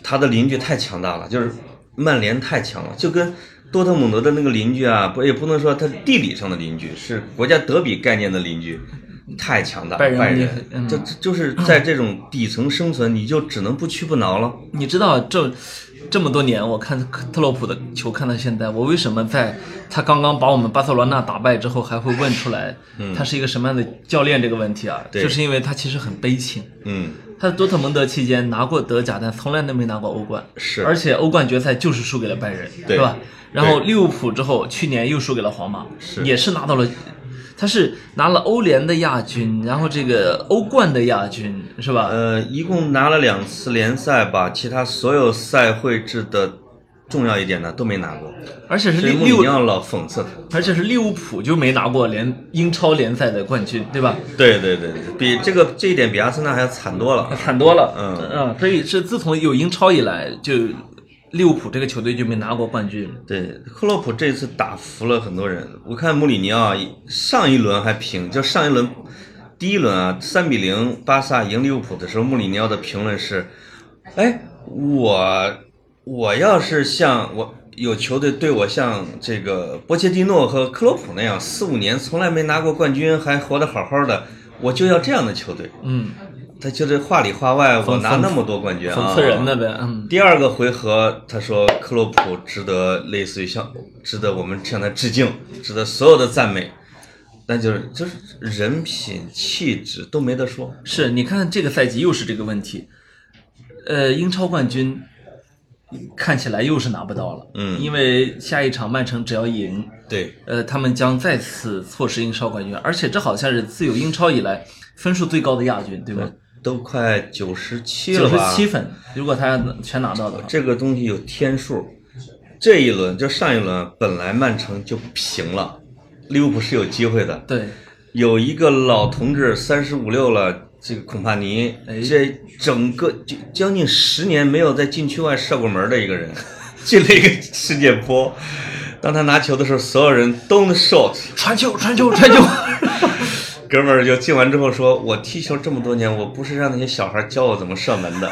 他的邻居太强大了，就是曼联太强了，就跟多特蒙德的那个邻居啊，不也不能说他地理上的邻居，是国家德比概念的邻居，太强大了。拜拜仁仁也很嗯这这就是在这种底层生存，你就只能不屈不挠了。你知道这这么多年，我看特洛普的球看到现在，我为什么在他刚刚把我们巴塞罗那打败之后，还会问出来他是一个什么样的教练这个问题啊？嗯对就是因为他其实很悲情。嗯，他在多特蒙德期间拿过德甲，但从来都没拿过欧冠，是而且欧冠决赛就是输给了拜仁，对是吧？然后利物浦之后，去年又输给了皇马，是也是拿到了，他是拿了欧联的亚军，然后这个欧冠的亚军，是吧？呃，一共拿了两次联赛吧，其他所有赛会制的重要一点的都没拿过。而且是所利以穆利里物尼奥老讽刺他。而且是利物浦就没拿过联英超联赛的冠军，对吧？对对对，对比这个这一点比阿森纳还要惨多了。惨多了，嗯嗯，所以是自从有英超以来，就利物浦这个球队就没拿过冠军。对，克洛普这次打服了很多人。我看穆里尼奥上一轮还平，就上一轮第一轮啊，三比零巴萨赢利物浦的时候，穆里尼奥的评论是：哎，我我要是像我有球队对我像这个波切蒂诺和克洛普那样，四五年从来没拿过冠军，还活得好好的，我就要这样的球队。嗯，他就是话里话外，我拿讽那么多冠军啊，讽刺人的呗，嗯，第二个回合，他说克洛普值得类似于像值得我们向他致敬，值得所有的赞美。那就是就是人品气质都没得说，是你看这个赛季又是这个问题，呃，英超冠军看起来又是拿不到了，嗯因为下一场曼城只要赢，对，呃，他们将再次错失英超冠军，而且这好像是自有英超以来分数最高的亚军，对吧？都快九十七九了十吧？七分，如果他全拿到的话，这个东西有天数。这一轮就上一轮，本来曼城就平了，利物浦是有机会的。对，有一个老同志三十五六了，这个孔帕尼，哎这整个就将近十年没有在禁区外射过门的一个人，进了一个世界波。当他拿球的时候，所有人 don't shot，传球，传 球，传球。哥们儿就进完之后说：“我踢球这么多年，我不是让那些小孩教我怎么射门的。”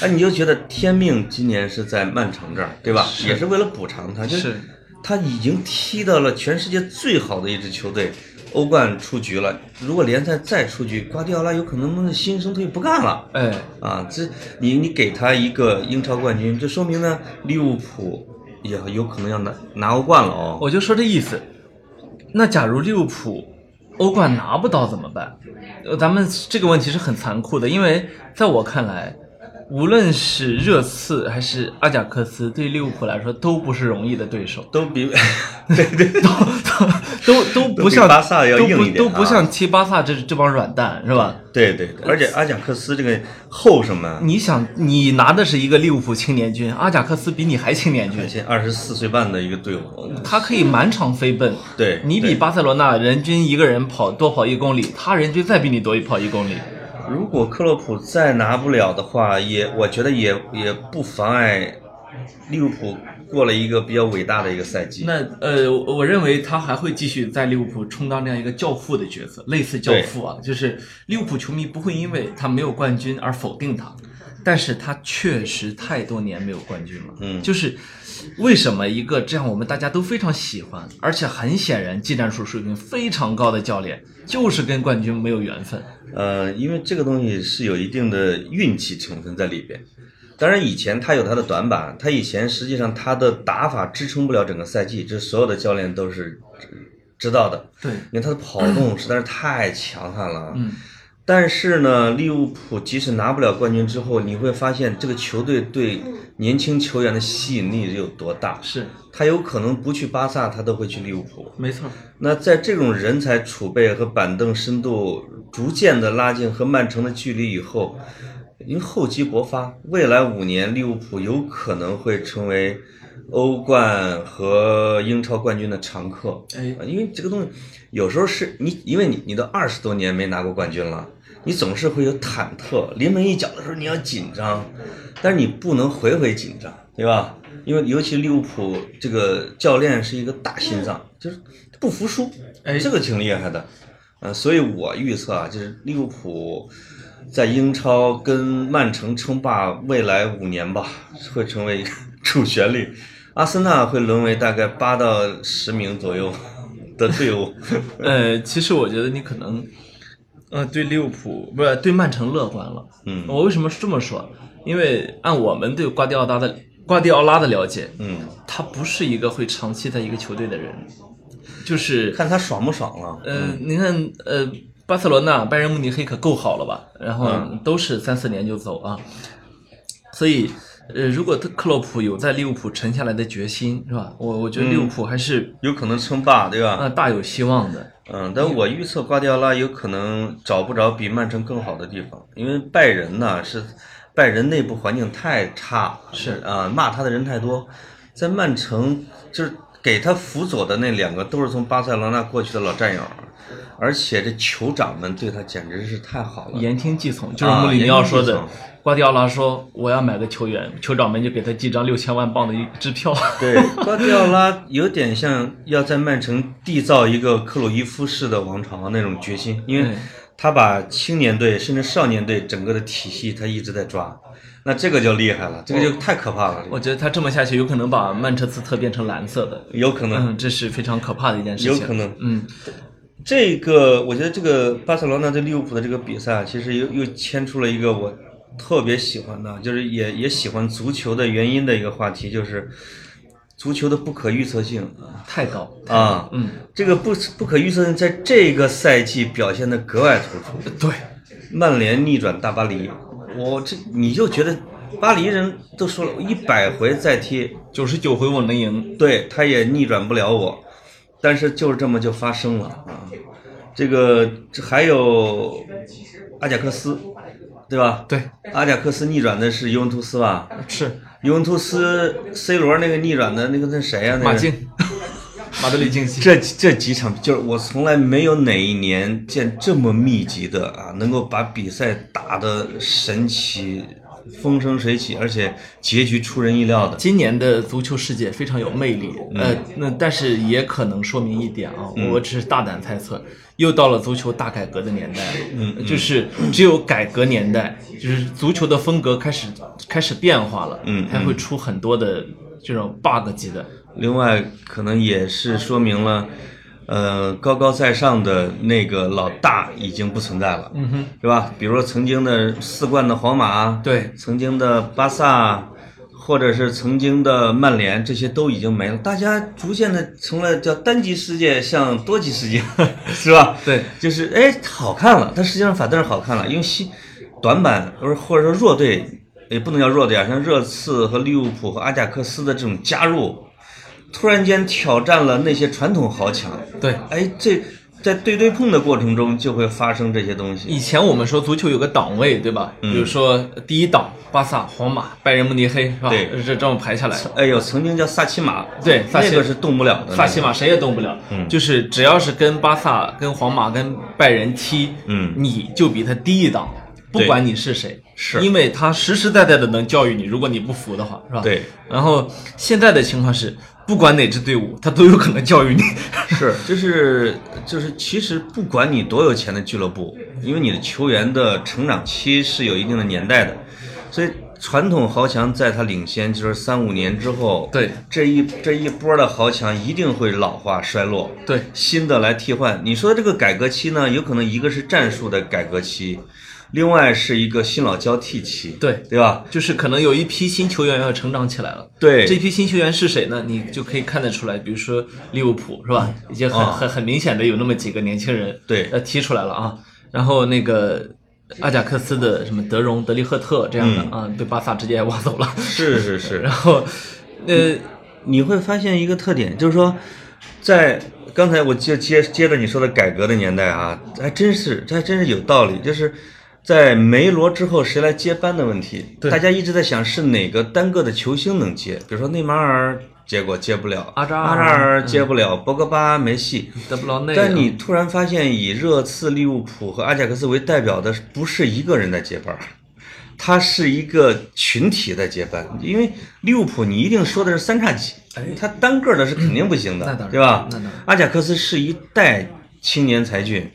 哎，你就觉得天命今年是在曼城这儿，对吧？也是为了补偿他，就是他已经踢到了全世界最好的一支球队，欧冠出局了。如果联赛再出局，瓜迪奥拉有可能心生退不干了。哎，啊，这你你给他一个英超冠军，这说明呢，利物浦也有可能要拿拿欧冠了哦。我就说这意思。那假如利物浦欧冠拿不到怎么办？呃咱们这个问题是很残酷的，因为在我看来，无论是热刺还是阿贾克斯，对利物浦来说都不是容易的对手， 都比 对对都都都都不比像巴萨要都硬不一点都不啊像踢巴萨这这帮软蛋是吧？对对对，而且阿贾克斯这个后什么啊，你想，你拿的是一个利物浦青年军，阿贾克斯比你还青年军而，且二十四岁半的一个队伍，他可以满场飞奔。对你比对巴塞罗那人均一个人跑多跑一公里，他人均再比你多跑一公里。如果克洛普再拿不了的话，也我觉得也也不妨碍利物浦过了一个比较伟大的一个赛季。那呃，我我认为他还会继续在利物浦充当这样一个教父的角色，类似教父啊，就是利物浦球迷不会因为他没有冠军而否定他，但是他确实太多年没有冠军了。嗯就是为什么一个这样我们大家都非常喜欢，而且很显然技战术水平非常高的教练，就是跟冠军没有缘分。呃，因为这个东西是有一定的运气成分在里边。当然，以前他有他的短板，他以前实际上他的打法支撑不了整个赛季，这所有的教练都是知知道的。对，因为他的跑动实在是太强悍了。啊嗯，但是呢，利物浦即使拿不了冠军之后，你会发现这个球队对年轻球员的吸引力有多大。是他有可能不去巴萨，他都会去利物浦。没错。那在这种人才储备和板凳深度逐渐的拉近和曼城的距离以后，因为厚积薄发，未来五年利物浦有可能会成为欧冠和英超冠军的常客。哎啊因为这个东西有时候是你，因为你你都二十多年没拿过冠军了，你总是会有忐忑，临门一脚的时候你要紧张，但是你不能回回紧张，对吧？因为尤其利物浦这个教练是一个大心脏，就是不服输，哎这个挺厉害的。嗯，所以我预测啊，就是利物浦在英超跟曼城称霸未来五年吧，会成为一个 主旋律。阿森纳会沦为大概八到十名左右的队伍。 呃，其实我觉得你可能，呃，对利物浦不是对曼城乐观了。嗯我为什么这么说？因为按我们对瓜迪奥拉的瓜迪奥拉的了解，嗯，他不是一个会长期在一个球队的人，就是看他爽不爽了。呃，你看，呃，巴塞罗那、拜仁慕尼黑可够好了吧？然后嗯都是三四年就走啊。所以，呃，如果他克洛普有在利物浦沉下来的决心，是吧？我我觉得利嗯物浦还是有可能称霸，对啊、呃吧？大有希望的。嗯，但我预测瓜迪奥拉有可能找不着比曼城更好的地方，因为拜仁呢是拜仁内部环境太差，是啊，骂他的人太多，在曼城就是给他辅佐的那两个都是从巴塞罗那过去的老战友，而且这酋长们对他简直是太好了，言听计从，就是啊穆里尼奥说言的听计。瓜迪奥拉说：“我要买个球员，酋长们就给他寄张六千万镑的一支票。对，瓜迪奥拉有点像要在曼城缔造一个克鲁伊夫式的王朝那种决心，因为嗯他把青年队甚至少年队整个的体系他一直在抓，那这个就厉害了，这个哦就太可怕了， 我觉得他这么下去，有可能把曼彻斯特变成蓝色的，有可能，嗯，这是非常可怕的一件事有情。可能。嗯，这个我觉得这个巴塞罗那对利物浦的这个比赛啊，其实又又牵出了一个我特别喜欢的，就是也也喜欢足球的原因的一个话题，就是足球的不可预测性啊。太高。啊，嗯，这个不不可预测性在这个赛季表现的格外突出。对，曼联逆转大巴黎，我这你就觉得巴黎人都说了一百回再踢，九十九回我能赢。对他也逆转不了我，但是就是这么就发生了啊。这个这还有阿贾克斯，对吧？对，阿贾克斯逆转的是尤文图斯吧？是尤文图斯 C 罗那个逆转的那个那谁呀、啊那个马竞，马德里竞技。这这几场就是我从来没有哪一年见这么密集的啊，能够把比赛打得神奇、风生水起，而且结局出人意料的。今年的足球世界非常有魅力，呃嗯，那但是也可能说明一点啊，我只是大胆猜测，又到了足球大改革的年代了，嗯嗯就是只有改革年代，就是足球的风格开始开始变化了，嗯嗯才会出很多的这种 bug 级的，另外，可能也是说明了，呃，高高在上的那个老大已经不存在了，嗯哼，是吧？比如说曾经的四冠的皇马，啊对曾经的巴萨，或者是曾经的曼联，这些都已经没了。大家逐渐的成了叫单极世界向多极世界， 是吧？对，就是哎好看了，但实际上反倒是好看了，因为西短板或者或者说弱队也不能叫弱队啊，像热刺和利物浦和阿贾克斯的这种加入，突然间挑战了那些传统豪强。对，哎，这在对对碰的过程中就会发生这些东以西。前我们说足球有个档位，对吧？嗯比如说第一档，巴萨、皇马、拜仁慕尼黑，是吧？对这这么排下来，哎呦，曾经叫萨奇马，对萨奇那个是动不了的。萨奇马谁也动不了。嗯就是只要是跟巴萨、跟皇马、跟拜仁踢，嗯你就比他低一档，不对管你是谁，是因为他实实在在的能教育你，如果你不服的话，是吧？对。然后现在的情况是，不管哪支队伍，他都有可能教育你。 是，就是就是，其实不管你多有钱的俱乐部，因为你的球员的成长期是有一定的年代的，所以传统豪强在他领先，就是三五年之后，对这一这一波的豪强一定会老化衰落，对新的来替换。你说这个改革期呢，有可能一个是战术的改革期，另外是一个新老交替期，对对吧？就是可能有一批新球员要成长起来了。对这批新球员是谁呢？你就可以看得出来，比如说利物浦是吧？已经很、啊很很明显的有那么几个年轻人对呃踢出来了啊。然后那个阿贾克斯的什么德容、德利赫特这样嗯的、啊，被巴萨直接挖走了。 是是是，然后呃你会发现一个特点，就是说，在刚才我接接接着你说的改革的年代啊，还真是这还真是有道理，就是在梅罗之后谁来接班的问题，对大家一直在想是哪个单个的球星能接，比如说内马尔，结果接不了，阿扎尔嗯阿扎尔接不了，博格巴没戏。德布劳内啊，但你突然发现，以热刺、利物浦和阿贾克斯为代表的，不是一个人在接班儿，他是一个群体在接班。因为利物浦，你一定说的是三叉戟，他单个儿的是肯定不行那当的，然对吧那当然？阿贾克斯是一代青年才俊，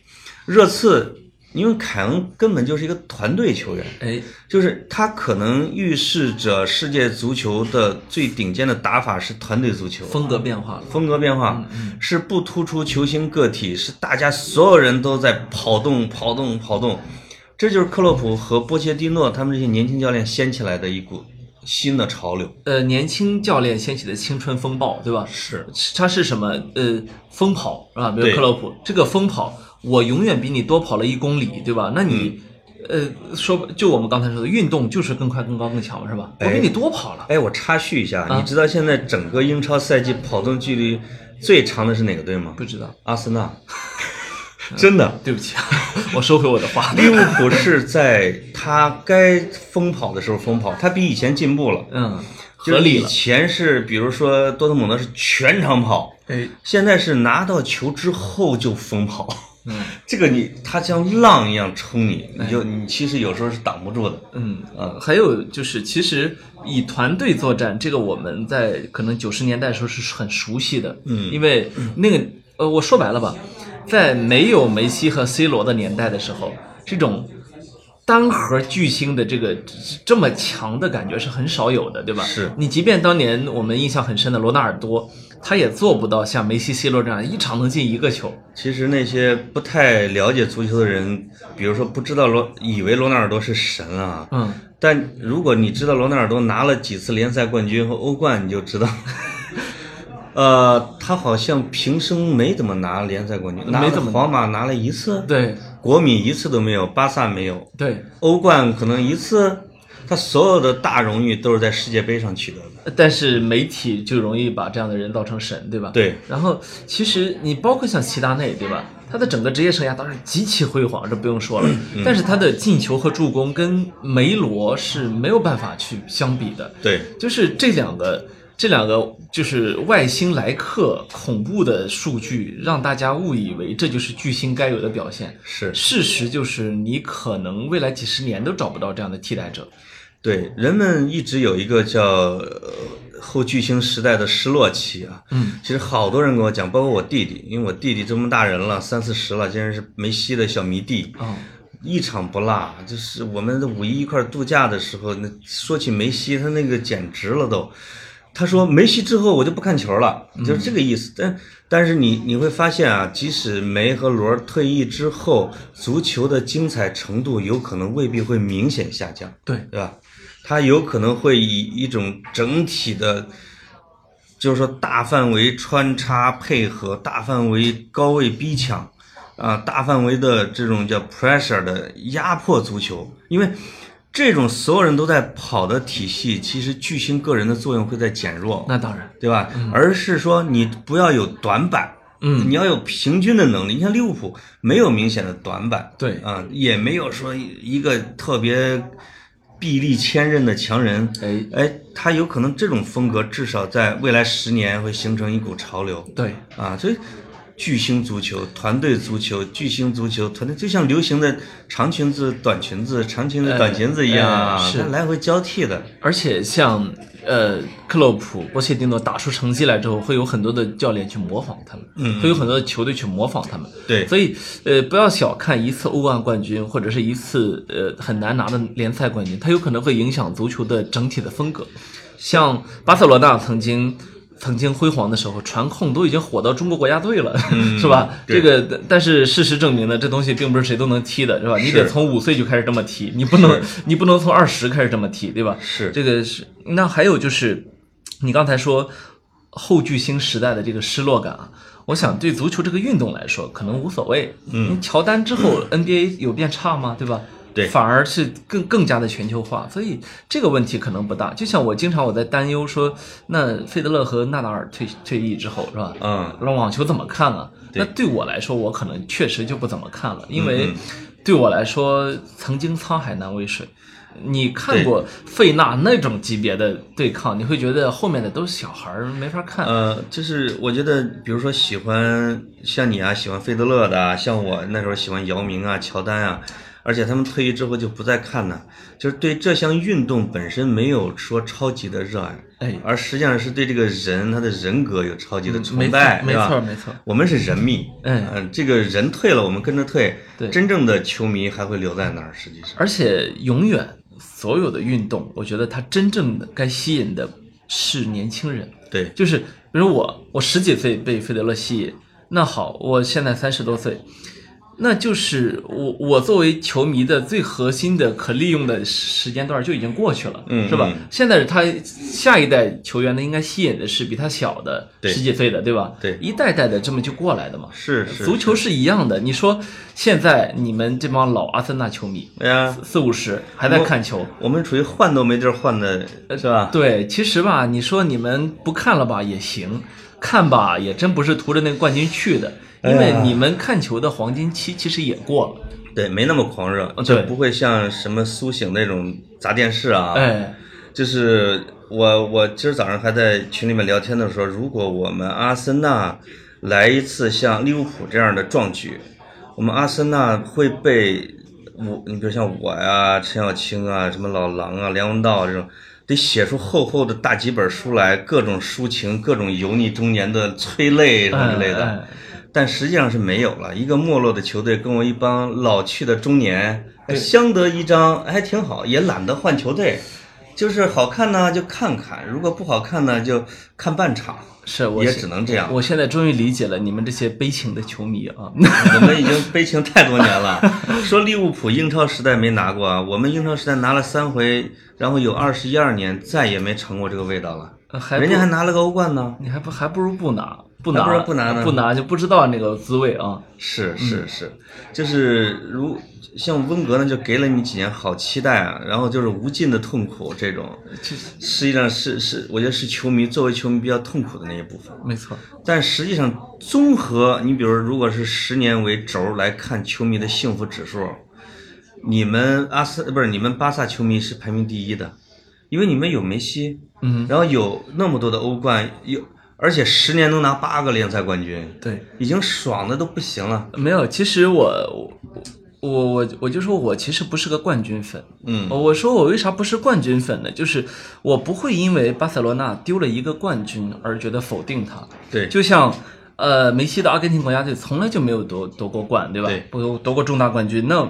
热刺因为凯恩根本就是一个团队球员，哎就是他可能预示着世界足球的最顶尖的打法是团队足球。风格变化了。风格变化，嗯是不突出球星个体，是大家所有人都在跑动、跑动、跑动。这就是克洛普和波切蒂诺他们这些年轻教练掀起来的一股新的潮流。呃，年轻教练掀起的青春风暴，对吧？是它是什么？呃，疯跑啊，比对如克洛普这个疯跑，我永远比你多跑了一公里，对吧？那你，嗯呃，说就我们刚才说的，运动就是更快、更高、更强，是吧？我比你多跑了，哎，我插叙一下，啊你知道现在整个英超赛季跑动距离最长的是哪个队吗不？知道，阿森纳， 真的。对不起， 啊，我收回我的话。利物浦是在他该疯跑的时候疯跑，他比以前进步了，嗯，就是合理以了。前是比如说多特蒙德是全场跑，哎，现在是拿到球之后就疯跑，嗯 哎这个你他像浪一样冲你，你就你其实有时候是挡不住的。嗯嗯还有就是，其实以团队作战，这个我们在可能九十年代的时候是很熟悉的，嗯，因为那个呃，我说白了吧，在没有梅西和 C 罗的年代的时候，这种单核巨星的这个这么强的感觉是很少有的，对吧？是你即便当年我们印象很深的罗纳尔多，他也做不到像梅西、C 罗这样一场能进一个球，其实那些不太了解足球的人，比如说不知道罗，以为罗纳尔多是神啊。嗯。但如果你知道罗纳尔多拿了几次联赛冠军和欧冠，你就知道， 呃，他好像平生没怎么拿联赛冠军，拿没了怎么拿皇马拿了一次，对国米一次都没有，巴萨没有，对，欧冠可能一次，他所有的大荣誉都是在世界杯上取得的。但是媒体就容易把这样的人造成神，对吧？对。然后其实你包括像齐达内，对吧？他的整个职业生涯当然极其辉煌，这不用说了。但是他的进球和助攻跟梅罗是没有办法去相比的。对，就是这两个，这两个就是外星来客恐怖的数据，让大家误以为这就是巨星该有的表现。是事实就是，你可能未来几十年都找不到这样的替代者。对，人们一直有一个叫、呃、后巨星时代的失落期啊。嗯，其实好多人跟我讲，包括我弟弟，因为我弟弟这么大人了，三四十了，竟然是梅西的小迷弟。嗯，一场不落，就是我们的五一一块儿度假的时候，那说起梅西，他那个简直了都。他说梅西之后我就不看球了，就是这个意思。但但是你你会发现啊，即使梅和罗退役之后，足球的精彩程度有可能未必会明显下降，对。对吧？它有可能会以一种整体的，就是说大范围穿插配合、大范围高位逼抢，啊、大范围的这种叫 pressure 的压迫足球，因为这种所有人都在跑的体系，其实巨星个人的作用会在减弱，那当然，对吧？而是说你不要有短板，嗯，你要有平均的能力。你看利物浦没有明显的短板，对啊、也没有说一个特别臂力千仞的强人，哎，哎，他有可能这种风格至少在未来十年会形成一股潮流对，啊，所以。巨星足球、团队足球、巨星足球、团队就像流行的长裙子、短裙子、长裙子、短裙子一样啊，哎哎是它来回交替的。而且像呃克洛普、波切蒂诺打出成绩来之后，会有很多的教练去模仿他们，嗯，会有很多的球队去模仿他们，对所以呃不要小看一次欧冠冠军或者是一次呃很难拿的联赛冠军，它有可能会影响足球的整体的风格。像巴塞罗那曾经。曾经辉煌的时候，传控都已经火到中国国家队了， 是吧？嗯这对个，但是事实证明呢，这东西并不是谁都能踢的，是吧？你得是从五岁就开始这么踢，你不能，你不能从二十开始这么踢，对吧？是这个是。那还有就是，你刚才说后巨星时代的这个失落感啊，我想对足球这个运动来说可能无所谓。嗯，乔丹之后 NBA 有变差吗？对吧？对反而是更更加的全球化，所以这个问题可能不大。就像我经常我在担忧说，那费德勒和纳达尔退退役之后是吧？嗯，那网球怎么看啊？对嗯那对我来说，我可能确实就不怎么看了，因为对我来说，曾经沧海难为水。你看过费纳那种级别的对抗，你会觉得后面的都是小孩儿，没法看。呃，就是我觉得，比如说喜欢像你啊，喜欢费德勒的啊，像我那时候喜欢姚明啊、乔丹啊，而且他们退役之后就不再看了，就是对这项运动本身没有说超级的热爱，哎而实际上是对这个人他的人格有超级嗯的没崇错拜，，没对吧错，没错。我们是人迷，嗯呃这个人退了，我们跟着退，对真正的球迷还会留在那儿，实际上，而且永远所有的运动，我觉得它真正的该吸引的是年轻人。对，就是比如我，我十几岁被费德勒吸引，那好，我现在三十多岁，那就是我我作为球迷的最核心的可利用的时间段就已经过去了，嗯是吧嗯？现在是他下一代球员呢，应该吸引的是比他小的对十几岁的，对吧？对一代代的这么就过来的嘛。是是足球，是一样的，你说现在你们这帮老阿森纳球迷哎呀，四五十还在看球，我们处于换都没地儿换的，呃是吧？对，其实吧，你说你们不看了吧也行，看吧也真不是图着那个冠军去的，因哎为呀你们看球的黄金期其实也过了。对，没那么狂热，哦就对不会像什么苏醒那种砸电视啊。，哎，就是我我今儿早上还在群里面聊天的时候，如果我们阿森纳来一次像利物浦这样的壮举，我们阿森纳会被我，你比如像我呀、陈小青啊、什么老狼啊、梁文道这种。得写出厚厚的大几本书来，各种抒情，各种油腻中年的催泪什么之类的。哎哎但实际上是没有了。一个没落的球队跟我一帮老去的中年哎相得益彰，还挺好，也懒得换球队。就是好看呢就看看，如果不好看呢就看半场，是我也现只能这样。我现在终于理解了你们这些悲情的球迷啊， 我们已经悲情太多年了。 说利物浦英超时代没拿过啊，我们英超时代拿了三回，然后有二十一二年再也没尝过这个味道了。呃还不人家还拿了个欧冠呢。你还不还不如不拿，不还拿不如不拿呢不拿就不知道那个滋味啊。是是是，就是如像温格呢，就给了你几年好期待啊，然后就是无尽的痛苦，这种其实际上是是，我觉得是球迷作为球迷比较痛苦的那一部分。没错，但实际上，综合你比如如果是十年为轴来看球迷的幸福指数，你们阿森不是你们巴萨球迷是排名第一的，因为你们有梅西，嗯，然后有那么多的欧冠，有而且十年能拿八个联赛冠军，对，已经爽的都不行了。没有。其实我我我我我就说我其实不是个冠军粉，嗯呃我我说我为啥不是冠军粉呢？就是我不会因为巴塞罗那丢了一个冠军而觉得否定他。对，就像呃，梅西的阿根廷国家队从来就没有夺夺过冠，对吧？对不夺过重大冠军。那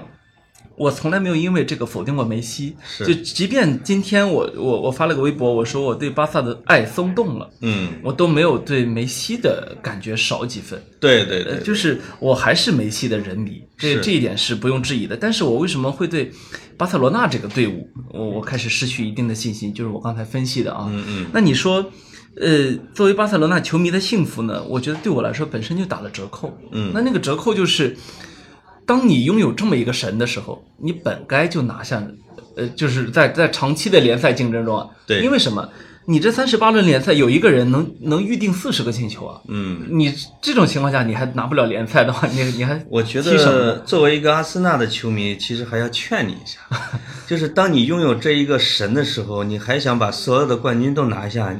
我从来没有因为这个否定过梅西。是就即便今天我我我发了个微博，我说我对巴萨的爱松动了，嗯，我都没有对梅西的感觉少几分。对对呃，对，就是我还是梅西的人迷，这是这一点是不用质疑的。但是我为什么会对巴塞罗那这个队伍，我我开始失去一定的信心？就是我刚才分析的啊。嗯嗯，那你说，呃，作为巴塞罗那球迷的幸福呢？我觉得对我来说本身就打了折扣。嗯那那个折扣就是，当你拥有这么一个神的时候，你本该就拿下呃，就是在在长期的联赛竞争中啊，对因为什么？你这三十八轮联赛有一个人能能预定四十个进球啊，嗯，你这种情况下你还拿不了联赛的话，你你还我觉踢什么得作为一个阿森纳的球迷，其实还要劝你一 下，就是当你拥有这一个神的时候，你还想把所有的冠军都拿下，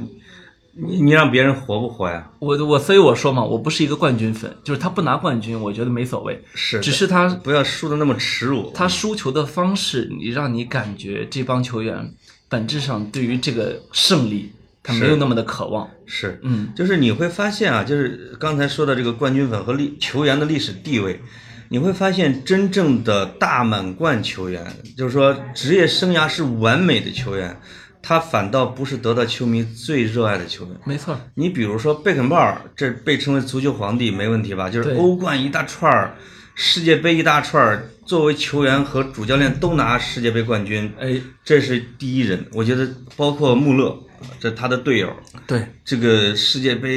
你你让别人活不活呀？我我所以我说嘛，我不是一个冠军粉，就是他不拿冠军，我觉得没所谓，是的，只是他不要输的那么耻辱。他输球的方式，你让你感觉这帮球员本质上对于这个胜利，他没有那么的渴望。是，嗯，就是你会发现啊，就是刚才说的这个冠军粉和历球员的历史地位，你会发现真正的大满贯球员，就是说职业生涯是完美的球员，他反倒不是得到球迷最热爱的球员。没错儿，你比如说贝肯鲍尔，这被称为足球皇帝没问题吧？就是对欧冠一大串儿，世界杯一大串儿，作为球员和主教练都拿世界杯冠军，哎，这是第一人。我觉得包括穆勒，这他的队友，对，这个世界杯，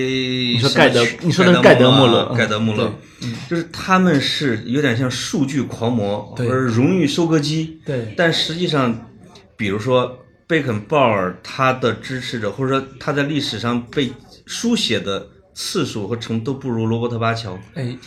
你说盖德你说的是盖盖德穆穆勒嗯盖德穆勒，就是他们是有点像数据狂魔或对者荣誉收割机，对但实际上，比如说贝肯鲍尔他的支持者，或者说他在历史上被书写的次数和程度都不如罗伯特巴乔，哎，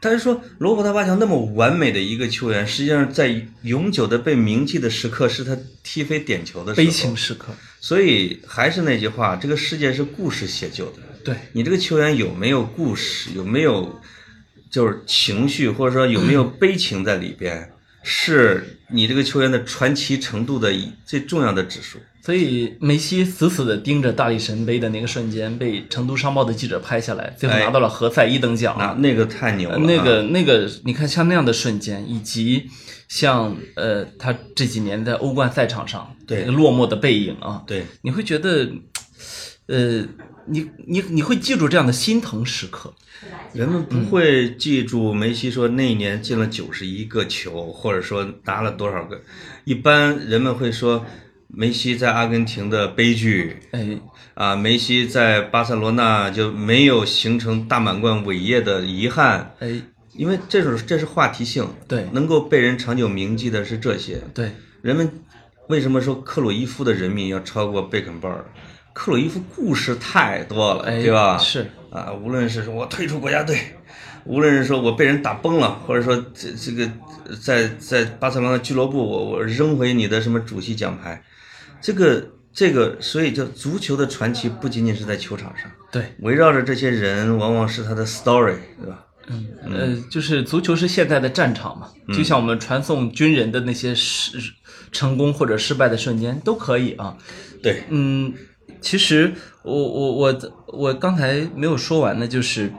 但是说罗伯特巴乔那么完美的一个球员，实际上在永久的被铭记的时刻是他踢飞点球的时悲候，情时刻，所以还是那句话，这个世界是故事写就的。对，你这个球员有没有故事，有没有就是情绪，或者说有没嗯有悲情在里边，是你这个球员的传奇程度的一最重要的指数。所以梅西死死地盯着大力神杯的那个瞬间，被成都商报的记者拍下来，最后哎拿到了荷赛一等奖。那啊那个太牛了、呃那，个那个，你看像那样的瞬间，以及像呃他这几年在欧冠赛场上对那个落寞的背影啊，对，你会觉得，呃，你你你会记住这样的心疼时刻，人们不会记住梅西说那一年进了九十一个球，或者说拿了多少个，一般人们会说梅西在阿根廷的悲剧，哎，啊，梅西在巴塞罗那就没有形成大满贯伟业的遗憾，哎，因为这种这是话题性，对能够被人长久铭记的是这些。对，人们为什么说克鲁伊夫的人命要超过贝肯鲍尔？克鲁伊夫故事太多了，哎对吧？是啊，无论是说我退出国家队，无论是说我被人打崩了，或者说这这个在在巴塞罗那俱乐部我我扔回你的什么主席奖牌，这个这个，所以叫足球的传奇不仅仅是在球场上，对，围绕着这些人往往是他的 story，对吧？嗯呃，就是足球是现在的战场嘛，就像我们传送军人的那些失成功或者失败的瞬间都可以啊，对，嗯，其实我我我我刚才没有说完的，就是，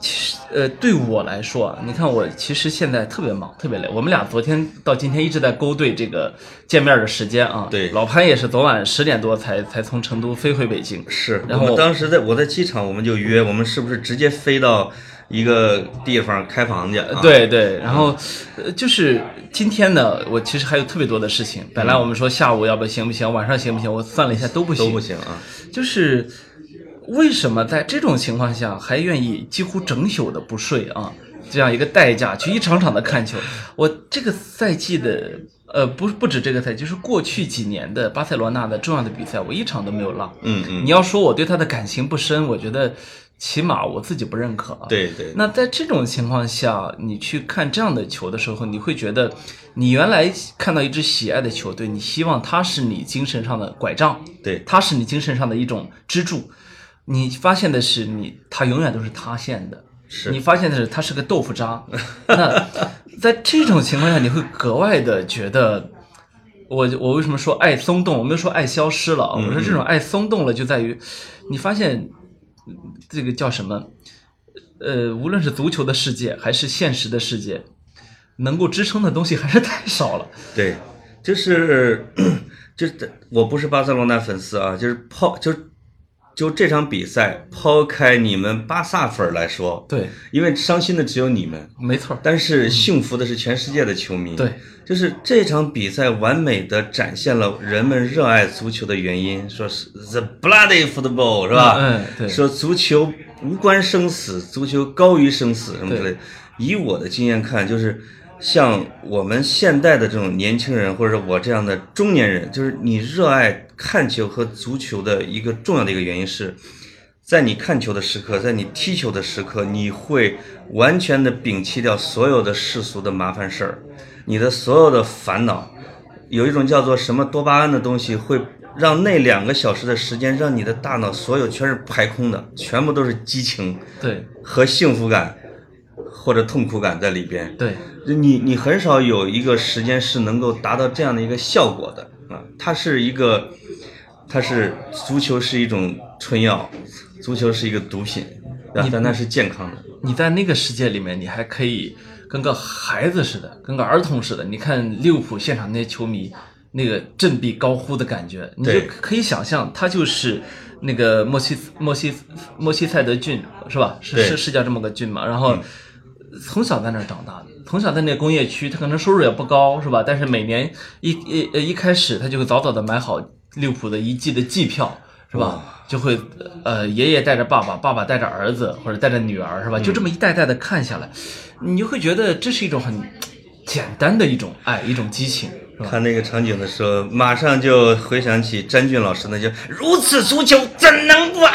其实呃，对我来说啊，你看我其实现在特别忙，特别累。我们俩昨天到今天一直在勾兑这个见面的时间啊。对老潘也是昨晚十点多才才从成都飞回北京。是，然后我们当时在我在机场，我们就约，我们是不是直接飞到一个地方开房去、啊？，呃对对，然后，呃，就是今天呢，我其实还有特别多的事情。本来我们说下午要不行不行，晚上行不行？我算了一下都不行，嗯都不行啊。就是为什么在这种情况下还愿意几乎整宿的不睡啊？这样一个代价去一场场的看球，我这个赛季的呃不不止这个赛季，就是过去几年的巴塞罗那的重要的比赛，我一场都没有落。嗯嗯，你要说我对他的感情不深，我觉得起码我自己不认可啊。对对，那在这种情况下，你去看这样的球的时候，你会觉得，你原来看到一支喜爱的球队，你希望它是你精神上的拐杖，对它是你精神上的一种支柱。你发现的是你，它永远都是塌陷的。是你发现的是，它是个豆腐渣。那在这种情况下，你会格外的觉得，我我为什么说爱松动？我没有说爱消失了啊，我说这种爱松动了，就在于你发现嗯这个叫什么？呃，无论是足球的世界还是现实的世界，能够支撑的东西还是太少了。对，就是就是我不是巴塞罗那粉丝啊，就是抛就就这场比赛，抛开你们巴萨粉儿来说，对，因为伤心的只有你们，没错儿，但是幸福的是全世界的球迷。嗯对，就是这场比赛完美的展现了人们热爱足球的原因，说是 the bloody football 是吧？嗯嗯对说足球无关生死，足球高于生死什么之类的。以我的经验看，就是像我们现代的这种年轻人，或者我这样的中年人，就是你热爱看球和足球的一个重要的一个原因是，在你看球的时刻，在你踢球的时刻，你会完全的摒弃掉所有的世俗的麻烦事儿，你的所有的烦恼，有一种叫做什么多巴胺的东西，会让那两个小时的时间，让你的大脑所有全是排空的，全部都是激情对和幸福感或者痛苦感在里边。对，你你很少有一个时间是能够达到这样的一个效果的啊！它是一个，它是足球是一种春药，足球是一个毒品，对吧？但它是健康的。你在那个世界里面，你还可以跟个孩子似的，跟个儿童似的。你看利物浦现场那些球迷，那个振臂高呼的感觉，你就对可以想象，他就是那个莫西莫西莫西塞德郡是吧？是对嗯是是叫这么个郡嘛？然后。从小在那儿长大的，从小在那个工业区，他可能收入也不高，是吧？但是每年一一呃一开始，他就会早早的买好利物浦的一季的季票，是吧？就会呃爷爷带着爸爸，爸爸带着儿子或者带着女儿，是吧？就这么一代代的看下来，你就会觉得这是一种很简单的一种爱，一种激情，是吧？看那个场景的时候，马上就回想起詹俊老师那句“如此足球怎能不爱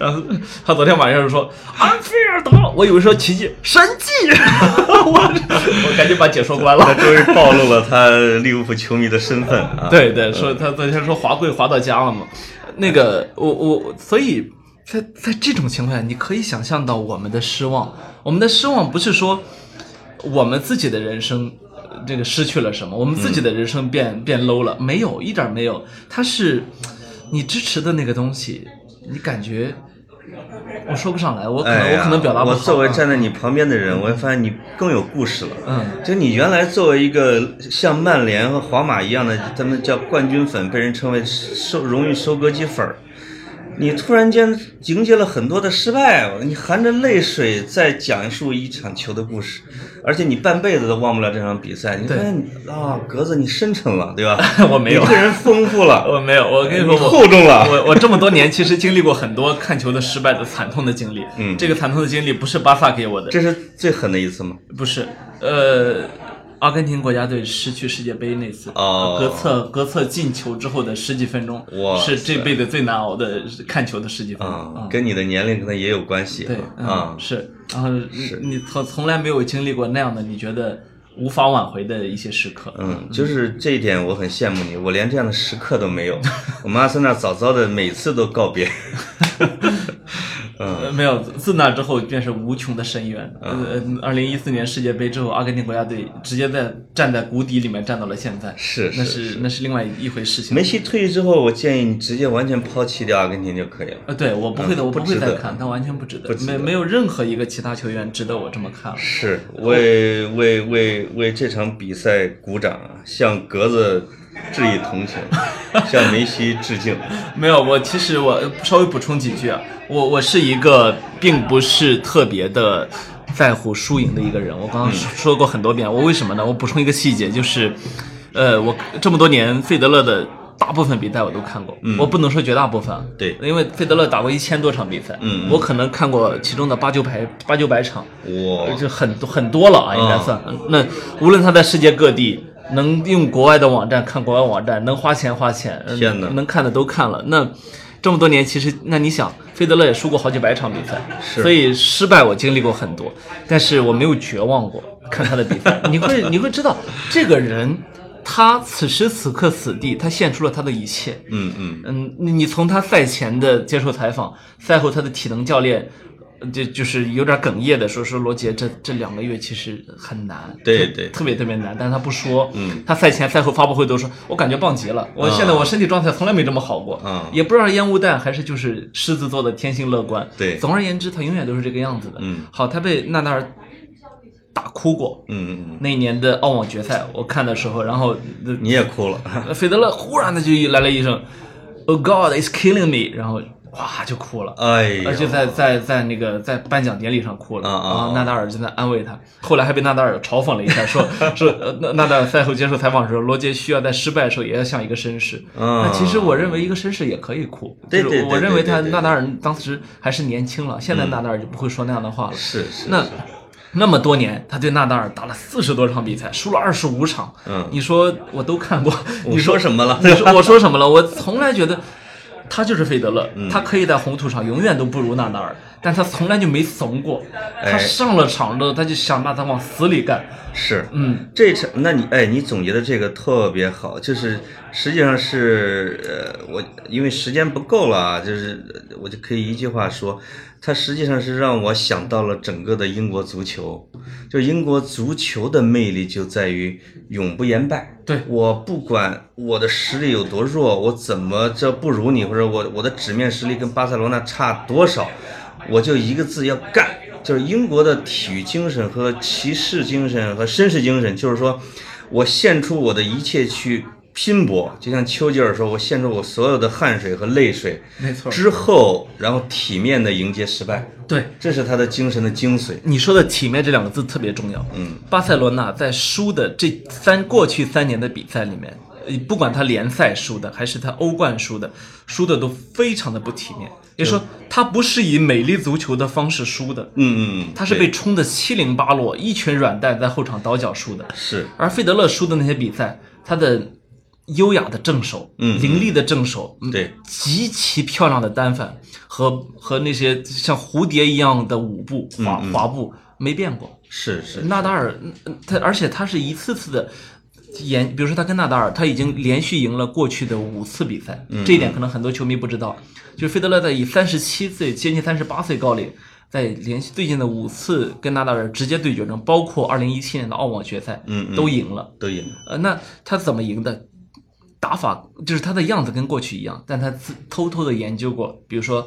然后他昨天晚上就说安菲尔德，我以为说奇迹神 迹，我我赶紧把解说关”，了他。终于暴露了他利物浦球迷的身份啊！对对，说他昨天说华贵华到家了嘛，那个嗯我我所以在在这种情况下，你可以想象到我们的失望，我们的失望不是说我们自己的人生呃这个失去了什么，我们自己嗯的人生变、变 low 了，没有一点儿没有，它是你支持的那个东西，你感觉我说不上来，我可能、哎呀我可能表达不我好作为啊站在你旁边的人，我会发现你更有故事了。嗯就你原来作为一个像曼联和皇马一样的，他们叫冠军粉，被人称为收荣誉收割机粉儿。你突然间迎接了很多的失败，啊你含着泪水在讲述一场球的故事，而且你半辈子都忘不了这场比赛。你发现你啊，格子你深沉了，对吧 ？我没有你这人丰富了， 我没有，我跟你说，你我厚重了 我我这么多年其实经历过很多看球的失败的惨痛的经历。嗯这个惨痛的经历不是巴萨给我的，这是最狠的一次吗？不是，呃，阿根廷国家队失去世界杯那次，哦格策格策进球之后的十几分钟，哇是这辈子最难熬的看球的十几分钟。啊嗯，跟你的年龄可能也有关系对，嗯啊。是，然后你从从来没有经历过那样的你觉得无法挽回的一些时刻。嗯，就是这一点我很羡慕你，我连这样的时刻都没有。 我们阿森纳早早的每次都告别， 呃，没有，自那之后便是无穷的深渊。嗯呃，二零一四年世界杯之后，阿根廷国家队直接在站在谷底里面站到了现在，是那是是那是另外一回事情梅。西退役之后，我建议你直接完全抛弃掉阿根廷就可以了。呃，对我不会的，我不会嗯值再得看，他完全不值得不，值没得没有任何一个其他球员值得我这么看了。是为为为为这场比赛鼓掌啊，向格子致以同情，向梅西致敬。 没有，我其实我稍微补充几句啊，我我是一个并不是特别的在乎输赢的一个人，我嗯刚刚说说过很多遍，我为什么呢？我补充一个细节，就是，呃，我这么多年费德勒的大部分比赛我都看过，我不能说绝大部分啊，嗯对因为费德勒打过一千多场比赛，嗯嗯我可能看过其中的八九百八九百场，哇，就很多很多了啊，应该算。那无论他在世界各地，能用国外的网站看国外网站，能花钱花钱，呃天哪能看的都看了。那这么多年，其实那你想，费德勒也输过好几百场比赛，是所以失败我经历过很多，但是我没有绝望过。看他的比赛，你会你会知道这个人。他此时此刻此地，他献出了他的一切。嗯嗯，嗯，你你从他赛前的接受采访，赛后他的体能教练，呃就就是有点哽咽的说说罗杰这这两个月其实很难，对对，特别特别难，但是他不说，嗯，他赛前赛后发布会都说，我感觉棒极了，我嗯现在我身体状态从来没这么好过，啊也不知道是烟雾弹还是就是狮子座的天性乐观，对总而言之，他永远都是这个样子的，嗯，好，他被纳达尔打哭过，嗯嗯嗯，那一年的澳网决赛，我看的时候，然后呃你也哭了，费德勒忽然的就来了一声，“Oh God, it's killing me”，然后哇就哭了，哎呀，而且在在在那个在颁奖典礼上哭了，啊啊然后啊纳达尔就在安慰他，后来还被纳达尔嘲讽了一下，说说呃纳纳达尔赛后接受采访的时候，罗杰需要在失败的时候也要像一个绅士。嗯那其实我认为一个绅士也可以哭，对就是对对我认为他对对对嗯纳达尔当时还是年轻了，现在纳达尔就不会说那样的话了。是是那那么多年，他对纳达尔打了四十多场比赛，输了二十五场。嗯你说我都看过，你你说什么了？ 你说我说什么了？我从来觉得他就是费德勒，他可以在红土上永远都不如纳达尔，但他从来就没怂过。哎他上了场之后，他就想把他往死里干。是，嗯，这场，那你哎，你总结的这个特别好，就是实际上是呃，我因为时间不够了啊，就是呃我就可以一句话说，它实际上是让我想到了整个的英国足球，就英国足球的魅力就在于永不言败。对我不管我的实力有多弱，我怎么这不如你，或者我我的纸面实力跟巴塞罗那差多少，我就一个字要干。就是英国的体育精神和骑士精神和绅士精神，就是说我献出我的一切去拼搏，就像丘吉尔说，我献出我所有的汗水和泪水，没错之后然后体面的迎接失败，对，这是他的精神的精髓。你说的“体面”这两个字特别重要。嗯，巴塞罗那在输的这三过去三年的比赛里面，呃不管他联赛输的还是他欧冠输的，输的都非常的不体面。也就是说，他不是以美丽足球的方式输的，嗯嗯嗯，他是对被冲得七零八落，一群软蛋在后场倒脚输的。是而费德勒输的那些比赛，他的优雅的正手，嗯嗯凌厉的正手，嗯对，极其漂亮的单反和和那些像蝴蝶一样的舞步嗯滑滑步没变过。是是，纳达尔，嗯嗯他而且他是一次次的演，比如说他跟纳达尔，他已经连续赢了过去的五次比赛，嗯这一点可能很多球迷不知道。就是费德勒在以三十七岁接近三十八岁高龄，在连续最近的五次跟纳达尔直接对决中，包括二零一七年的澳网决赛，嗯嗯都赢了。都赢了。呃，那他怎么赢的？打法就是他的样子跟过去一样，但他自偷偷的研究过，比如说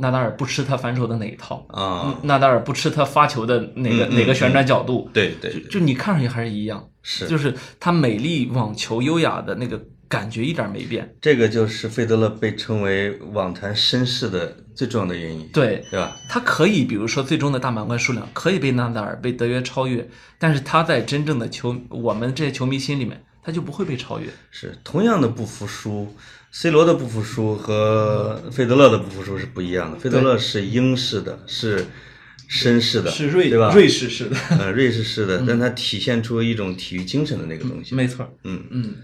纳达尔不吃他反手的哪一套，嗯啊，纳达尔不吃他发球的哪个、嗯嗯哪个旋转角度，对对，对就你看上去还是一样，是就是他美丽网球优雅的那个感觉一点没变。这个就是费德勒被称为网坛绅士的最重要的原因，对，对吧？他可以，比如说最终的大满贯数量可以被纳达尔、被德约超越，但是他在真正的球我们这些球迷心里面，他就不会被超越。是同样的不服输，C 罗的不服输和费德勒的不服输是不一样的。费德勒是英式的，是绅士的，对吧？士式的，呃，瑞士式的，但它体现出一种体育精神的那个东西。没错。嗯，嗯，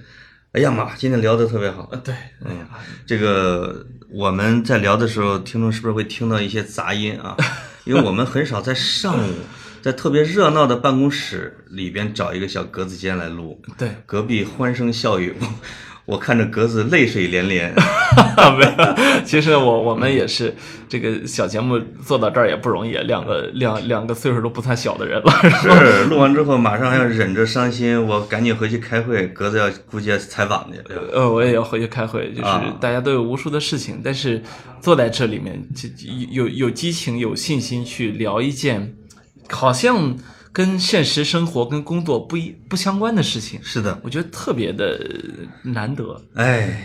哎呀妈，今天聊得特别好呃，。对，嗯，这个我们在聊的时候，听众是不是会听到一些杂 音啊？因为我们很少在上午，在特别热闹的办公室里边找一个小格子间来录。对，隔壁欢声笑语， 我我看着格子泪水 连连。 没有。其实我我们也是这个小节目做到这儿也不容易，两个两两个岁数都不算小的人了。 是，录完之后马上还要忍着伤心，我赶紧回去开会。格子要估计要采访去了。呃，我也要回去开会，就是啊大家都有无数的事情，但是坐在这里面，就有有激情、有信心去聊一件好像跟现实生活、跟工作不一不相关的事情，是的，我觉得特别的难得。哎，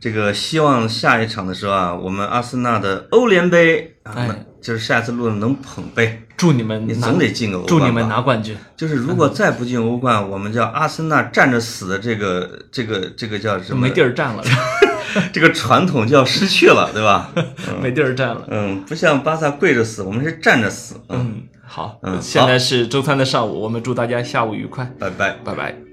这个希望下一场的时候啊，我们阿森纳的欧联杯啊，哎那就是下次录的能捧杯。祝你们你拿总得进个欧祝你冠们吧拿嗯冠军。就是如果再不进欧冠，我们叫阿森纳站着死的这个这个这个叫什么？没地儿站了， 这个传统就要失去了，对吧？没地儿站了。嗯，不像巴萨跪着死，我们是站着死。嗯，嗯，好，嗯现在是周三的上午，我们祝大家下午愉快，拜拜。拜拜。